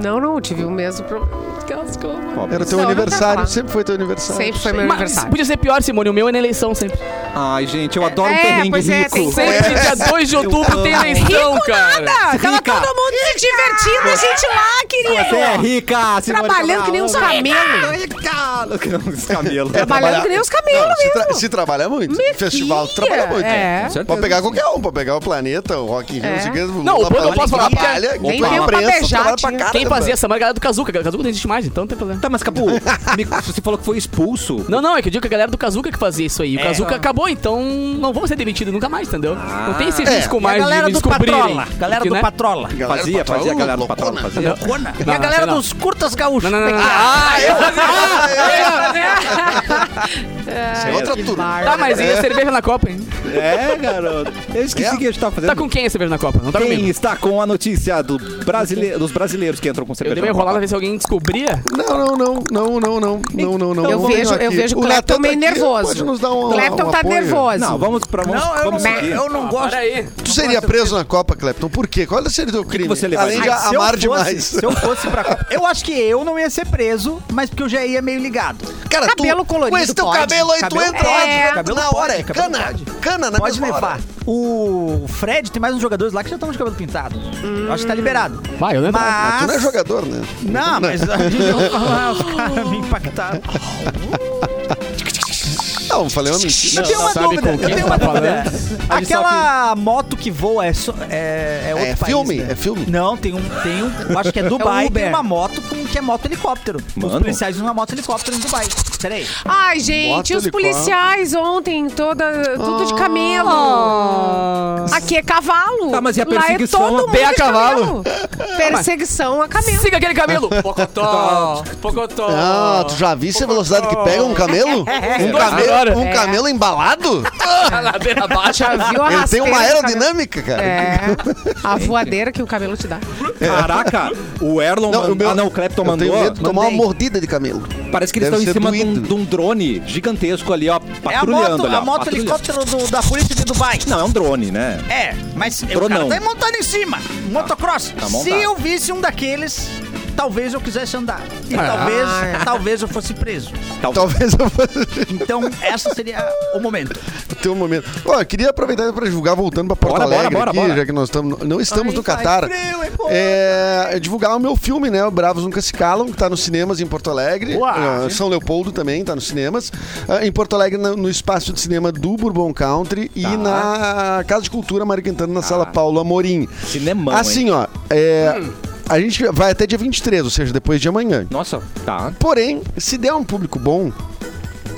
Não, não, tive um o mesmo problema. que elas comam.
Era teu
Não, não
aniversário.
dá pra falar.
Sempre foi teu aniversário.
Sempre foi meu
Mas
aniversário.
podia ser pior, Simone. O meu é na eleição sempre.
Ai, gente, eu adoro um
É,
perrengue
pois é,
rico.
tem sempre
Sempre dia 2 de outubro tem eleição, cara.
Nada! Tava
Rica.
todo mundo se divertindo, a gente lá,
Você um. é
querido.
rica, Simone é
Trabalhando que nem um uns camelos.
camelos. Os camelos.
É,
Trabalhando que nem os camelos
se, tra-
mesmo.
se trabalha muito.
Me
Festival, tu
fia.
trabalha muito.
É.
Certeza.
Pode pegar qualquer um, pode pegar o Planeta, o Rock in Rio,
É.
não sei o que.
Não, o Bando eu posso falar, porque
nem deu pra beijar, tinha.
Quem fazia essa semana? A galera do Kazuca. A Kazuca não existe mais, então não tem problema.
Tá, mas Capu, me- você falou que foi expulso.
Não, não, é que eu digo que a galera do Kazuca que fazia isso aí. O Kazuca acabou, então não vamos ser demitidos nunca mais, entendeu? não tem esse risco
É. E a
mais de
galera
me
do
descobrirem.
Patrola. Galera
Porque,
do
né?
Patrola.
Fazia, fazia, a galera do patrão fazia.
Loucona. E
Não,
a
não,
galera
sei não.
dos curtas gaúchos.
Não, não, não, não.
Ah,
Ah, eu
É outra turma.
Tá, mas e a cerveja na Copa, hein?
É, garoto. Eu esqueci
É.
que a gente tava fazendo.
Tá com quem a cerveja na Copa? Não tá
Quem
comigo.
está com a notícia do brasile... dos brasileiros que entram com
Eu
cerveja?
dei uma
na
enrolada
Copa?
pra ver se alguém descobria.
Não, não, não, não, não, não, não, não, não.
Eu
não
vejo-
venho
eu
aqui.
vejo o Clapton
Nathan tá
meio
aqui,
nervoso.
Pode nos dar um,
O Clapton
um
tá
apoio?
nervoso.
Não, vamos pra vamos,
Não, eu
vamos
não,
seguir.
eu não gosto.
Pera aí.
Tu seria preso na Copa, Clapton? Por quê? Qual seria o teu crime?
você levaria?
Além de
Ai, se eu
amar
fosse-
demais.
Se eu fosse pra Copa, eu acho que eu não ia ser preso, mas porque eu já ia meio ligado.
Cara,
Cabelo colorido
Com esse teu
pode.
cabelo aí, tu
Cabelo
entra
pode,
lá de-
cabelo
na
pode,
hora. É
cabelo
cana,
pode.
cana na
Pode
mesma
levar.
hora.
O Fred, tem mais uns jogadores lá que já estão de cabelo pintado. Eu Acho que tá liberado.
Vai, eu não entro.
Tu não é
Mas...
jogador, né?
Não, mas Ah, os caras me impactaram.
Não, falei uma mentira.
Eu tenho uma
sabe
dúvida,
com quem
eu tenho
tá
uma dúvida.
falando?
A gente
Aquela moto que voa é, só- é, é outro
É
país,
filme?
né?
É filme?
Não, tem um, tem um, eu acho que é Dubai, tem
Uber.
uma moto com que que é moto helicóptero.
Mano.
Os policiais usam uma moto helicóptero em Dubai. Peraí.
Ai, gente,
Bota
os
ele
policiais ontem, toda, tudo de camelo. Aqui é cavalo.
Tá, mas e a
Lá
perseguição
é todo
a
mundo
pé a
de
cavalo?
Perseguição a camelo.
Siga aquele camelo. Pocotó. Pocotó.
Ah, tu já viste a velocidade que pega um camelo?
É.
Um camelo, um camelo embalado?
A ladeira abaixo.
Já viu a
Ele tem
rasteira
uma
do
aerodinâmica, cara.
camelo? É, a voadeira que o camelo te dá.
Caraca, o Erlon.
Não,
mandou.
o meu-
ah, não, o Clapton
Eu
mandou.
tenho medo de tomar uma
Mandei.
mordida de camelo.
Parece que eles estão
Deve
em
ser
cima de um,
doído.
de um drone gigantesco ali, ó,
É a
patrulhando
moto,
ali. ó,
a moto
patrulhando.
helicóptero do- da polícia de Dubai.
Não, é um drone, né?
É, mas o cara
Dronão.
tá montando em cima. Um motocross.
Tá
Se
montado.
eu visse um daqueles, talvez eu quisesse andar. E
Ah.
talvez, talvez eu fosse preso.
tá.
Talvez eu fosse
Então, essa seria o momento.
ter um momento. Ó, eu queria aproveitar pra divulgar, voltando pra Porto
Bora, bora,
Alegre
bora,
aqui,
bora.
já que nós estamos. Não estamos
Ai,
no
faz
Catar.
frio, é bom.
É, é divulgar o meu filme, né? O Bravos Nunca Se Calam, que tá nos cinemas em Porto Alegre. Ah, São Leopoldo também tá nos cinemas. Ah, em Porto Alegre, no, no espaço de cinema do Bourbon Country
Tá.
e na Casa de Cultura Mariquentano, na sala Paulo Amorim.
Cinemão,
assim,
hein? Hum.
ó. É, A gente vai até dia 23, ou seja, depois de amanhã.
Nossa, tá.
Porém, se der um público bom,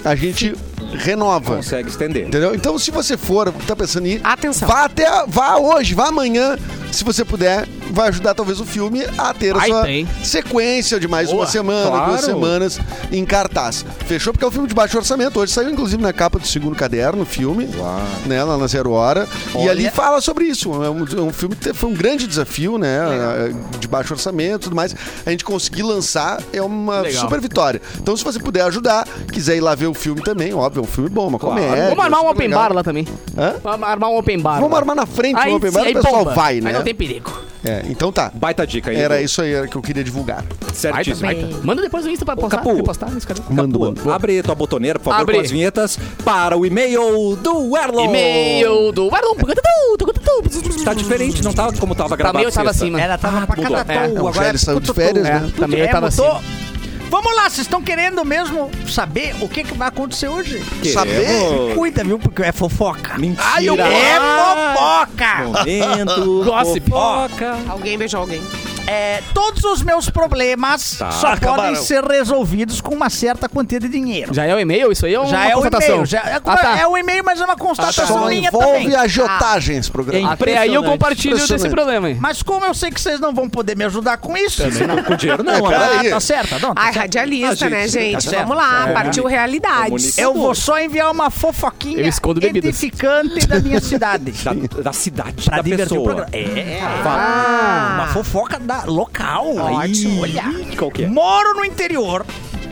a gente renova.
Consegue estender.
Entendeu? Então, se você for, tá pensando em ir,
Atenção.
vá até, vá hoje, vá amanhã, se você puder, vai ajudar talvez o filme a ter a
Vai
sua
bem.
sequência de mais
Boa,
uma semana,
claro.
duas semanas em cartaz. Fechou? Porque é um filme de baixo orçamento. Hoje saiu, inclusive, na capa do segundo caderno, o filme, né, lá na Zero Hora. E ali fala sobre isso. É um, é um filme que foi um grande desafio, né, de baixo orçamento e tudo mais. A gente conseguir lançar é uma
Legal.
super vitória. Então, se você puder ajudar, quiser ir lá ver o filme também, óbvio, é um filme bom, uma comédia.
Vamos armar um
super
open
legal.
bar lá também.
Hã?
Vamos armar um open bar.
Vamos
lá.
armar na frente
Aí
o Open Bar,
sim,
o
aí
pessoal
bomba.
vai, né?
Aí não tem perigo.
É, então tá.
Baita dica aí.
Era
Edu.
isso aí era que eu queria divulgar.
Certíssimo.
Baita, baita. Manda depois o Insta pra postar.
Capu.
Quer postar nesse canal?
Mando,
Pô,
mando.
Abre tua botoneira, por favor,
Abre.
com as vinhetas para o e-mail do Erlon.
E-mail do...
Tá diferente, não tá como tava
Tá
gravado.
meio tava
sexta.
acima.
Ela tava pra
mudou.
cada
É,
toa,
o
agora
Gélis saiu de
tututu.
férias,
É,
né?
tututu.
Também tava
mudou.
assim.
é Vamos lá, vocês estão querendo mesmo saber o que, que vai acontecer hoje?
Saber?
Cuida, viu? Porque é fofoca.
Mentira. Ah.
É fofoca!
Momento.
Gossip.
Fofoca.
Alguém beijou alguém.
É, todos os meus problemas
Tá.
só
Acabaram.
podem ser resolvidos com uma certa quantia de dinheiro.
Já é o e-mail? Isso aí é uma
Já é o
constatação.
e-mail. Já é,
Ah, tá.
é o e-mail, mas é uma
tá
constatação
Só
minha
envolve
também.
agiotagem esse programa.
Até aí eu compartilho desse
Impressionante.
problema, hein?
Mas como eu sei que vocês não vão poder me ajudar com isso,
Não, com dinheiro não,
É,
né?
peraí.
tá certo, não, tá
Ai,
certo.
radialista,
Ah, gente,
né,
tá
gente?
certo.
Vamos lá,
É.
partiu realidades.
É
Eu vou só enviar uma fofoquinha
Eu escondo bebidas.
edificante da minha cidade.
Da, da cidade,
pra
da
divertir o
pessoa.
programa. É,
Ah,
uma fofoca da local.
Ih,
Olha.
Qual que é?
Moro no interior,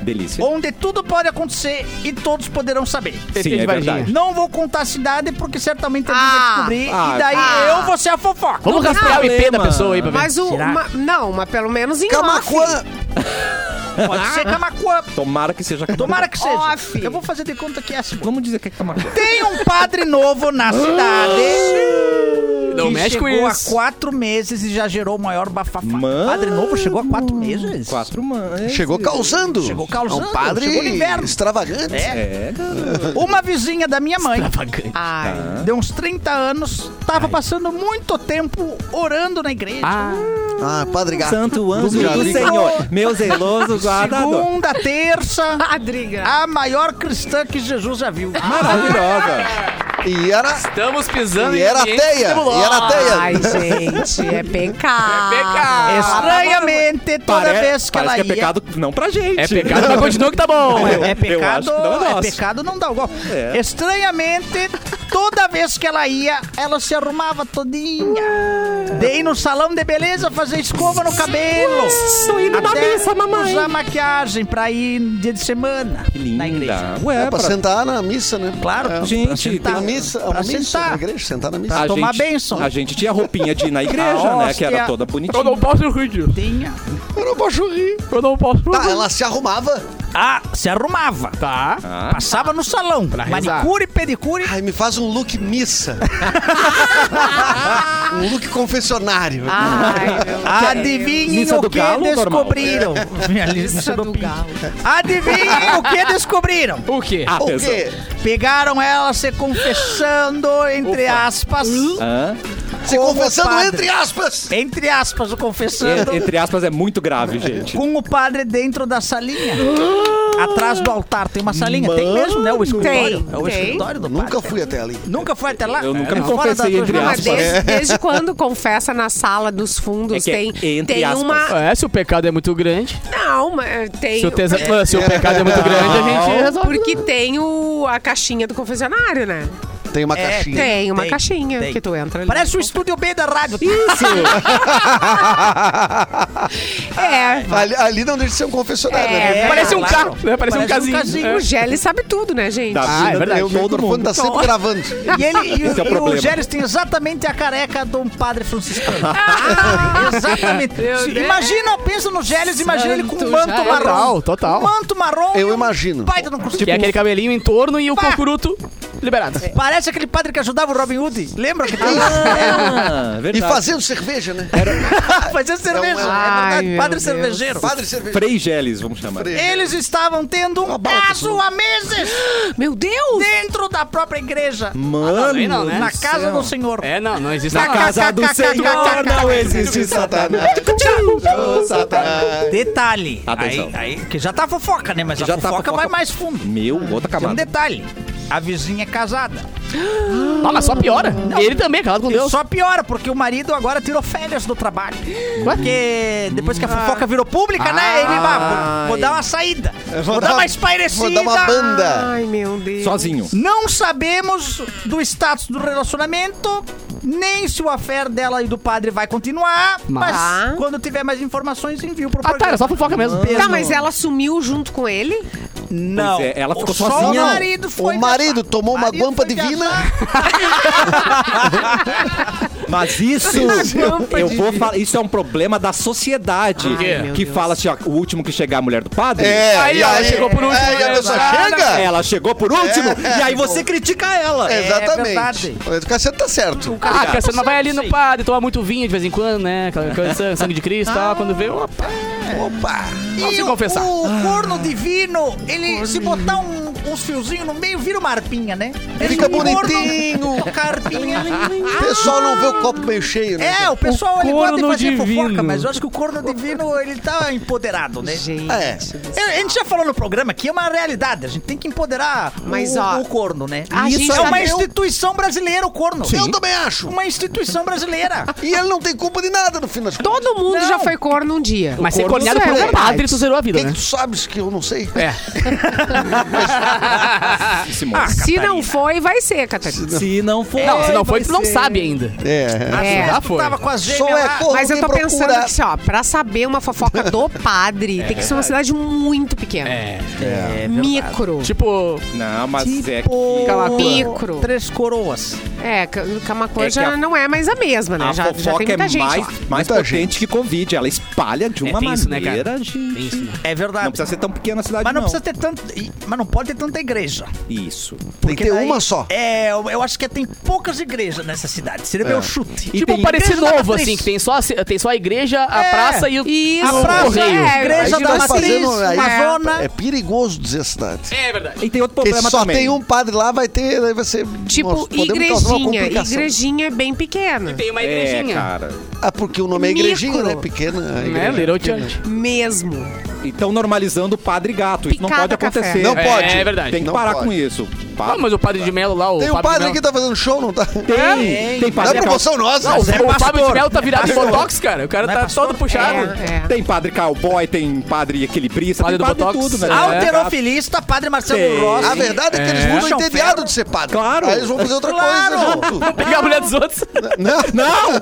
Delícia.
onde tudo pode acontecer e todos poderão saber.
Sim, é verdade.
Não vou contar a cidade porque certamente alguém
Ah,
vai descobrir
ah,
e daí
ah.
eu vou ser a fofoca.
Vamos
Não,
rastrear o IP da
problema.
pessoa aí pra ver.
mas o.
Será?
ma- não, mas pelo menos em
Camacuã!
Pode ser é Camacuã.
Tomara que seja...
Tomara que seja.
Off.
Eu vou fazer de conta que é assim.
Vamos dizer que é Camacuã.
Tem um padre novo na cidade.
Não
que
mexe com
chegou
isso.
há quatro meses e já gerou o maior bafafá.
Mano.
Padre novo chegou há quatro meses?
Quatro mães.
Chegou causando.
Chegou causando,
É um padre
chegou no inverno.
extravagante.
É,
É. Uma vizinha da minha mãe,
Ai,
Tá.
de uns 30 anos, tava passando muito tempo orando na igreja.
Ah,
Ah, padre gato.
Santo anjo
Já
do
vi.
Senhor, meu zeloso guardador.
Segunda, terça,
Ah, Adriga.
a maior cristã que Jesus já viu.
Ah, é Maravilhosa.
E era,
estamos pisando
e
em
era
ambientes
teia. E
nebulosos.
era teia.
Ai, gente, é pecado.
É pecado.
Ah, Estranhamente, toda
Pare-
vez que
parece
ela
que é
ia...
pecado não pra gente.
É pecado, mas continua que tá bom.
É, é
Eu acho
pecado,
que não é
é
nosso.
pecado não dar o golpe.
É.
Estranhamente, toda vez que ela ia, ela se arrumava todinha. Dei no salão de beleza fazer escova no cabelo.
Tô indo na
Até
missa, mamãe.
usar maquiagem pra ir no dia de semana
Que
na igreja.
linda. Ué,
É pra sentar na missa, né?
Claro.
É,
Gente,
pra
tem-
sentar na missa. É
pra
uma missa
sentar.
na igreja, sentar na missa.
a
tomar
gente,
bênção.
A gente tinha roupinha de ir na igreja,
A
né? Que era
hóstia.
toda
Eu não
bonitinha.
posso rir.
Tinha.
Eu não posso rir.
Eu não posso rir.
Tá, ela se arrumava.
Ah, se arrumava.
Tá.
Ah,
Passava no salão.
rezar.
Manicure, pedicure.
Ai, me faz um look missa. um look confessionário.
Ah.
Ai, meu
Adivinhem
Ah, é. Missa
o
do
que
galo, normal?
descobriram. Minha
Missa
lista
do
pinto.
galo.
Adivinhem o que descobriram.
O quê?
Ah, o
Atenção.
quê?
Pegaram ela se confessando, entre aspas,
Hã?
Se
Como
confessando
padre.
entre aspas.
Entre aspas, o confessando.
Entre aspas, é muito grave, gente.
Com o padre dentro da salinha.
Ah.
Atrás do altar tem uma salinha. tem mesmo, né? O escritório.
Tem,
é o
tem.
escritório do
Nunca
padre.
fui até ali.
Nunca foi até lá? É,
Eu nunca me
Fora da
confessei
tua
entre
jornada.
Não, mas
aspas.
desde, desde quando confessa na sala dos fundos,
É que é
tem,
entre
tem
aspas.
uma.
É, se o pecado é muito grande.
Não, mas é, tem.
Se o, tá tesa- se o pecado é muito grande, a gente resolve.
Porque tem o, a caixinha do confessionário, né?
Tem uma
É,
caixinha.
Tem uma
tem,
caixinha
tem.
que tu entra ali.
Parece o estúdio B da rádio.
É.
Ali, ali não deixa de ser um confessionário.
É,
né?
É,
Parece um
claro.
carro, né? Parece, um
Parece um
casinho.
casinho.
O
É.
Gelli sabe tudo, né, gente?
Dá-
Ah, é verdade.
E o microfone tá sempre gravando.
E ele e,
Esse é o
o- e o
problema.
Gélis tem exatamente a careca de um padre franciscano. exatamente. Se-
Deus.
Imagina, pensa no Gélis, imagina ele com um
Santo
manto
Gélis.
marrom.
Total, total.
Um manto marrom.
Eu
e um
imagino.
Baita não consigo.
Que é aquele cabelinho em torno e o
Tipo, Pá. É.
cocuruto liberado.
Parece aquele padre que ajudava o Robin Hood. Lembra que tem
Ah,
E
verdade.
fazendo cerveja, né?
É, Fazia cerveja.
Ai,
é verdade,
meu
padre
Deus.
cervejeiro.
Padre cerveja.
Frei Geles, vamos chamar.
Frei.
Eles estavam tendo um
bala,
caso há meses
Meu Deus!
dentro da própria igreja. Ah,
Mano,
aí não, né?
Na casa do senhor.
É, não, não existe
na
nada.
casa do Senhor não existe Satanás. Ô, Satanás.
Detalhe.
Atenção.
Aí, aí- que já tá fofoca, né? Mas a
Já tá
fofoca,
fofoca.
vai mais fundo.
Meu, outra
Tem um
camada.
detalhe. A vizinha é casada.
Ah, mas só piora. Ele também é calado com
E
Deus.
só piora, porque o marido agora tirou férias do trabalho. Porque depois que a fofoca virou pública, né? Ele vai, vou, vou dar uma saída. Vou, dar uma espairecida.
Vou dar uma banda.
Ai, meu Deus.
Sozinho.
Não sabemos do status do relacionamento, nem se o affair dela e do padre vai continuar. Mas,
Mas-
quando tiver mais informações, envio pro
Ah, tá,
programa.
era só fofoca mesmo.
Tá, mas ela sumiu junto com ele?
Não.
Pois é, ela ficou
Só
sozinha.
O marido foi
O marido
viajar.
tomou
O
uma
marido
guampa
foi
divina.
viajar.
Mas isso, eu vou falar, isso é um problema da sociedade
quê?
que fala assim, ó, o último que chegar é a mulher do padre.
Aí
e
ela chegou por último,
É, e a
né?
pessoa
Exatamente.
chega.
Ela chegou por último
É.
e aí você critica ela.
É, Exatamente.
verdade.
o Cacete tá certo.
Ah, cara, você não vai ali no padre, toma muito vinho de vez em quando, né? Aquela coisa, sangue de Cristo e tal. Quando vê, opa.
Opa.
Não
E
se
o-
confessar.
O corno divino, ele se botar um- uns fiozinhos no meio, vira uma arpinha, né? Ele
Fica
um corno,
bonitinho.
toca a arpinha.
O pessoal não vê o copo meio cheio, né?
É, o pessoal ele
O
gosta de
corno
fazer fofoca,
divino.
mas eu acho que o corno divino ele tá empoderado, né?
Gente.
É.
A gente já falou no programa que é uma realidade, a gente tem que empoderar
Mas,
o,
ó,
o corno, né?
a
Isso
gente
é
tá-
uma
eu-
instituição brasileira, o corno.
Eu também acho.
Uma instituição brasileira.
E ele não tem culpa de nada no fim das contas.
Todo mundo
Não.
já foi corno um dia.
Mas ser
Corno
corneado
é
por um
verdade.
padre, isso zerou a
O
vida,
que,
né?
que tu sabes que eu não sei?
É.
Esse moço.
Se não foi, vai ser, Catarina.
Se não for.
Não, se não
vai
foi, tu não
ser.
sabe ainda.
É.
É.
Já foi.
É, Tava com as gêmeas
Só
lá.
é corno
Mas eu
quem
tô pensando
procura.
que, assim, ó, pra saber uma fofoca do padre, tem que ser uma cidade muito pequena.
É.
Micro.
Tipo,
Não, mas é que.
Tipo,
Camacuã.
Micro.
Três coroas.
É, Ca- Camacuã
É que
já
a-
não é mais a mesma, né?
A
Já, já
fofoca
tem muita
é
gente
mais,
lá.
mais
Muita
potente que Covid. Ela espalha de uma
tem isso, né,
é maneira,
cara?
gente.
Tem isso, né?
É verdade.
Não precisa ser tão pequena a cidade,
mas não,
não.
precisa ter tanto. e- Mas não pode ter tanta igreja.
Isso.
Tem que ter
daí-
uma só.
É, eu, eu acho que tem poucas igrejas nessa cidade.
É.
Seria meu chute.
E
tipo
tem
um parecer
igreja da
novo,
matriz.
assim, que tem só, a, ce- tem só a igreja, a
É,
praça e o,
isso.
e o
A praça
correio.
é,
Aí
igreja
tu
da
tá
matriz,
fazendo- aí-
uma zona.
É perigoso dizer cidade.
É verdade.
E tem outro
Porque
problema
se só
também.
tem um padre lá, vai ter. Aí vai ser.
Tipo,
nós podemos causar uma
igrejinha.
complicação.
Igrejinha é bem pequena.
Tem uma
É,
igrejinha.
cara.
Ah, porque o nome é igrejinha,
Micro.
né? Pequena. a
né?
igreja.
Little Church.
Mesmo.
Então normalizando o padre gato. Isso não pode
Picada café.
acontecer.
Não
É,
pode.
é verdade.
Tem que
Não
parar
pode.
com isso. Pa-
Não, mas o padre de Melo lá, o
Tem um
Fábio
padre
de
que
Mello.
tá fazendo show, não tá?
Tem, tem
Não é
padre
promoção nossa.
Não, o,
Mas é
o Fábio de
pastor.
Melo tá virado
É
em
pastor.
botox, cara. O cara
Não é
tá
pastor?
todo puxado.
É, é.
Tem padre cowboy, tem padre equilibrista,
Padre
tem
do
padre de
Botox. né? É.
tudo, velho. É,
Alterofilista, padre Marcelo
Tem.
Rossi.
A verdade é que eles mudam
Puxam
entediado
ferro.
de ser padre.
Claro.
Aí eles vão fazer outra
Claro.
coisa junto.
Pegar a mulher dos outros.
Não,
Não!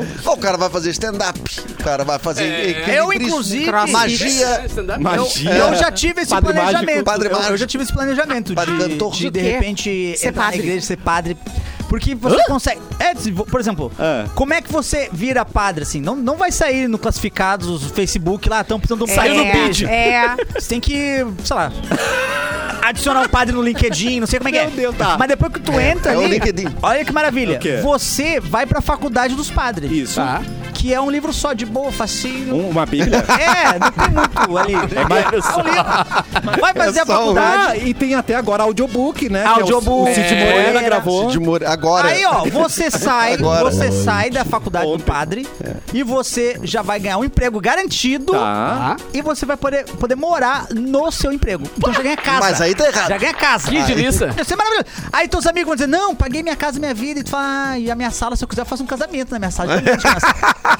Não!
Ó, o cara vai fazer stand-up. O cara vai fazer. equilibrismo,
Eu, inclusive,
Magia.
Magia.
Eu já tive esse
Padre mágico,
planejamento.
padre
Eu- eu,
mágico.
já tive esse planejamento
Padre
de,
cantor.
de,
Do
de
quê?
repente,
Ser
entrar na
padre.
igreja e ser padre. Porque você consegue. É, se vo- por exemplo,
Ah.
como é que você vira padre assim? Não, não vai sair no classificados, Facebook lá, estão precisando de um
Saiu
padre.
no
é,
bid.
É.
Você tem que, sei lá, adicionar um padre no LinkedIn, não sei como é que é.
Meu Deus, tá.
Mas depois que tu entra
é o
ali,
LinkedIn.
olha que maravilha.
quê?
Você vai pra faculdade dos padres.
Isso.
Tá.
que é um livro só, de boa, facinho.
Um- uma bíblia.
É, não tem muito ali. É um livro. Vai fazer a
só um.
faculdade.
Ah, e tem até agora audiobook, né? Que é o-
Audiobook.
O Cid
É.
Moreira gravou.
De Moura. Agora.
Aí, ó, você sai,
Agora. É.
você sai da faculdade do padre e você já vai ganhar um emprego garantido
Tá.
e você vai poder, poder morar no seu emprego. Então já ganha casa.
Mas aí tá errado.
Já ganha casa.
Que delícia.
Isso é maravilhoso. Aí teus amigos vão dizer, não, paguei minha casa, minha vida. E tu fala, ah, e a minha sala, se eu quiser, eu faço um casamento na minha sala. de convite, mas-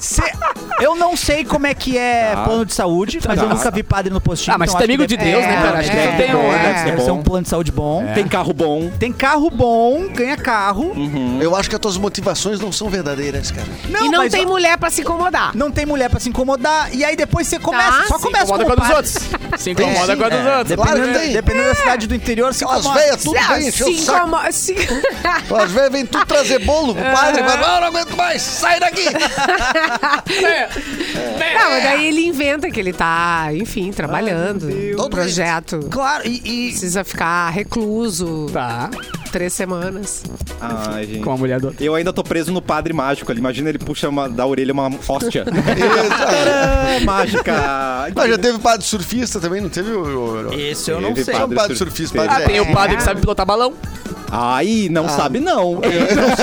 Cê- eu não sei como é que é plano de saúde, mas eu nunca vi padre no postinho.
Tá. Ah, mas
então
tu é
acho
amigo
que
de Deus, né, cara? Acho que deve É. ter um,
é,
né?
deve ser um plano de saúde bom.
Tem carro bom.
Tem carro bom, ganha carro.
Uhum.
Eu acho que as tuas motivações não são verdadeiras, cara.
e não
mas
tem
ó,
mulher pra se incomodar.
não tem mulher pra se incomodar. E aí depois você começa, só
Se
começa
incomoda
com
com
o
a dos
padre.
outros. Se incomoda
sim,
com a dos
é.
outros.
Claro que
Dependendo,
tem.
dependendo da cidade do interior, se
As
incomoda.
velhas tudo vem encher o
se assim
saco.
incomoda. Se...
As velhas vêm tudo trazer bolo pro padre. Mas, não, não aguento mais. Sai daqui.
Não, mas daí ele inventa que ele tá, enfim, trabalhando. no projeto.
Claro, e, e
Precisa ficar recluso
Tá,
três semanas.
Ai, gente.
com a mulher do outro.
Eu ainda tô preso no padre mágico ali. Imagina ele puxa uma- da orelha uma hóstia. Tcharam, Mágica.
Mas já teve padre surfista também, não teve? o- o-
Esse eu não
Teve
sei.
Não, um padre
sur-
surfista, né?
teve.
padre
É. Ah, tem o padre que sabe pilotar balão.
Ai, não sabe não.
É, não, não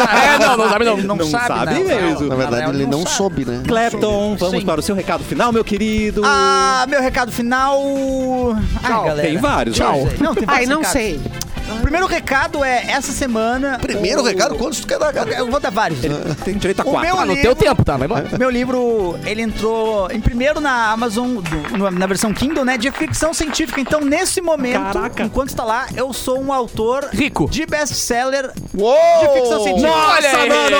sabe não.
Ele não,
Ah. Não
sabe,
sabe
não.
mesmo.
Na verdade,
real,
ele
ele não
não
sabe.
soube, né?
Clapton, vamos
Sim.
para o seu recado final, meu querido.
Ah, meu recado final. Ai, galera.
tem vários.
Não,
né?
sei. não, tem
Ai,
vários
não
recados.
sei.
O primeiro recado é essa semana.
Primeiro
o-
recado, quantos tu quer dar, cara?
Eu vou dar vários.
Tem direito a
O
quatro.
meu
Ah, no teu
livro-
tempo, tá? Vai embora.
Meu livro, ele entrou em primeiro na Amazon, do- no- na versão Kindle, né? De ficção científica. Então, nesse momento, enquanto tá lá, eu sou um autor
Rico.
de best-seller
Uou!
de ficção científica.
Nossa,
Olha aí!
mano!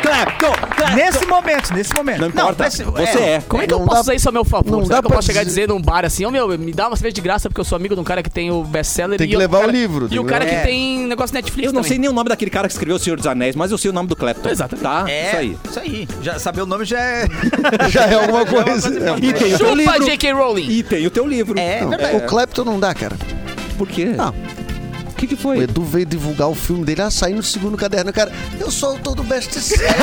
Clapton, Clapton.
Nesse momento, nesse momento.
é- Não importa,
mas-
você é.
Como é que eu
Não
posso
dá-
usar isso a meu favor?
não
Será
dá
que eu
pra
posso chegar a
dizer-
dizer num bar assim, ô meu, me dá uma cerveja de graça porque eu sou amigo de um cara que tem o best-seller.
Tem
e
que
o
levar
cara-
o livro,
E
tem
o
que
cara
levar.
que tem negócio Netflix
Eu não sei
também.
nem o nome daquele cara que escreveu O Senhor dos Anéis, mas eu sei o nome do Clapton.
Exatamente.
Tá?
É,
Isso aí.
Isso aí. Já saber o nome já é.
Já é alguma coisa.
E tem o teu
Chupa,
livro.
J.K. Rowling.
E tem o teu livro.
É,
Não,
verdade.
O Clapton não dá, cara.
Por quê?
Ah.
O que, que
O
foi?
Edu veio divulgar o filme dele, ah, saiu no segundo caderno. Cara, eu sou autor do best-seller.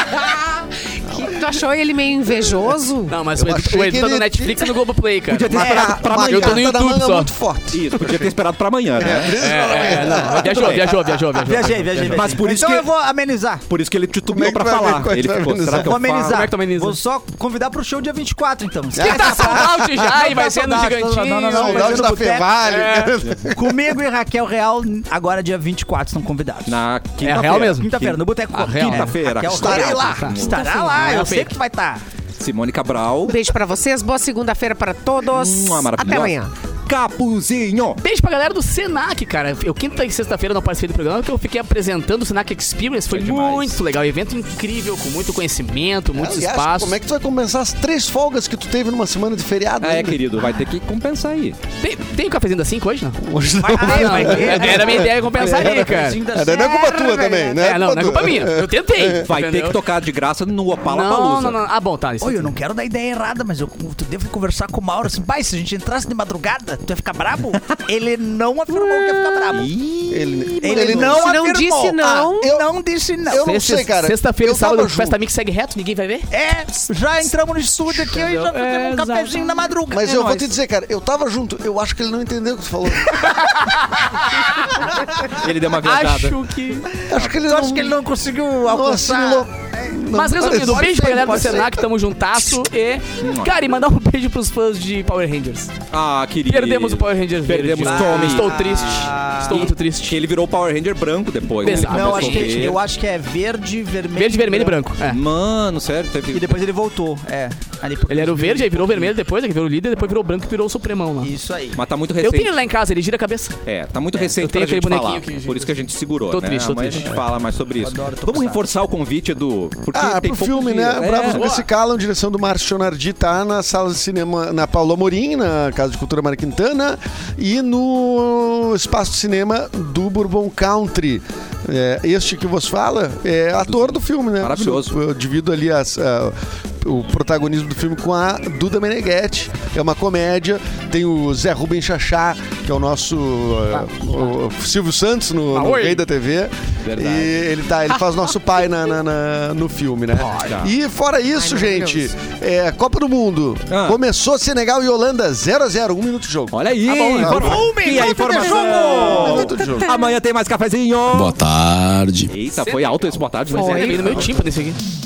Ah, Que- tu achou ele meio invejoso?
Não, mas o
Eu
Edu,
achei
o Edu
que
tá no
ele-
Netflix e no Globoplay, cara.
Podia ter
É,
esperado pra
uma
amanhã.
eu tô no
carta na
YouTube
manga
só.
tá muito forte.
Isso, podia ter esperado pra amanhã, né?
É, não,
Tudo
viajou,
bem.
viajou, viajou, viajou.
Viajei, viajei, viajei.
Mas por isso
então
que-
eu vou amenizar.
Por isso que ele
Como é
titubeou
que
pra
vai
falar.
ver quando
ele
vai
ficou,
amenizar?
será que eu
Vou
falo?
amenizar.
Como é que tu ameniza?
Vou só convidar pro show dia 24, então.
Que tá sold out já e
Não
vai
tá
ser no
sold out,
gigantinho.
não, não, não,
O
mas
É.
eu
Gaúcho
no
da né?
boteco.
Fevale.
Comigo e Raquel Real, agora dia 24, estão convidados.
Na
É
quinta-feira.
real mesmo.
Quinta-feira, no Boteco
Ah, real.
Quinta-feira.
Raquel
Estarei
Real.
lá.
Estará lá, eu sei que tu vai tá. estar.
Simone Cabral.
Um Beijo pra vocês, boa segunda-feira pra todos.
Uma maravilhosa.
Até amanhã.
Capuzinho.
Beijo pra galera do Senac, cara. Eu quinta e sexta-feira não participei do programa porque eu fiquei apresentando o Senac Experience. Foi,
Foi demais.
muito legal. Evento incrível, com muito conhecimento, muitos
Aliás,
espaços.
Como é que tu vai compensar as três folgas que tu teve numa semana de feriado?
Ah,
É,
ainda?
querido, vai ter que compensar aí.
Tem, tem o cafezinho da 5 hoje, não?
Hoje
Ah,
não.
não, era a minha ideia compensar ali, cara.
É, não é culpa tua também, né?
É, não, não é culpa minha. Eu
É.
tentei.
Vai ter que
entendeu?
tocar de graça no Opala
Não,
Palusa.
não, não. Ah, bom, tá. Isso
Oi, eu não quero dar ideia errada, mas eu, tu devo conversar com o Mauro assim, pai, se a gente entrasse de madrugada, tu ia ficar brabo? Ele não afirmou que ia ficar brabo.
Ele,
Ele,
ele
não,
não. é
não
afirmou. Ah,
disse não.
eu não disse não.
Eu não
Sexta-
sei, cara.
Sexta-feira e
Eu tava
sábado, o
junto.
Festa Mix segue reto, ninguém vai ver.
É, já entramos no estúdio aqui e já fizemos um cafezinho na É madrugada.
Mas eu vou te dizer, cara, eu tava junto. Eu acho que ele não entendeu o que tu falou.
Ele deu uma viajada.
Acho que.
acho que ele
Eu
não.
acho que ele não conseguiu
não
alcançar.
assimilou.
Mas resumindo,
Pode
beijo
ser,
pra galera é do
pode ser.
Senac, tamo juntasso e. Cara, e mandar um beijo pros fãs de Power Rangers.
Ah, querido.
Perdemos o Power Ranger verde.
Perdemos
Ah,
Tommy.
Estou triste. Estou muito
Que
triste.
ele virou o Power Ranger branco depois. né?
Exato.
Ele
Não,
começou
acho que,
a ver.
Ah, eu acho que é verde, vermelho.
Verde, vermelho e branco. É.
Mano, sério,
E
teve.
depois ele voltou. É. Ali por-
Ele era o verde, aí virou vermelho depois, aí virou líder, depois virou branco e assim- virou o supremão lá.
Isso aí.
Mas tá muito
Eu
recente.
tenho ele lá em casa, ele gira a cabeça.
É, tá muito
eu
recente pra
tenho aquele
gente falar.
bonequinho que-
Por isso que a gente segurou,
Tô
né?
triste, tô
Amanhã a
triste.
gente fala mais sobre isso.
adoro Tokusatsu.
Vamos reforçar o convite, Edu. Porque
Ah,
tem
pro
poucos
filme, né?
dias. É.
Bravos Nunca Se Calam, direção do Márcio Chonardi, tá na sala de cinema, na Paula Morim, na Casa de Cultura Mara Quintana, e no Espaço de Cinema do Bourbon Country. É, este que vos fala é ator do filme, né?
Maravilhoso.
Eu divido ali as, ah, o protagonismo do filme com a Duda Meneghetti. É uma comédia. Tem o Zé Rubem Chachá, que é o nosso eh, o- o Silvio Santos no, no Rei da TV.
Verdade.
E ele, tá, ele faz nosso pai na, na- na- no filme, né? E fora isso, gente, é, Copa do Mundo.
Ah.
Começou Senegal e Holanda 0x0, um minuto de jogo.
Olha aí,
né?
informa-
Um
e a
Um
informação.
minuto de jogo.
Amanhã tem mais cafezinho.
Boa tarde.
Eita, foi alto esse boa tarde. né?
Mas é, veio no meu tipo desse aqui.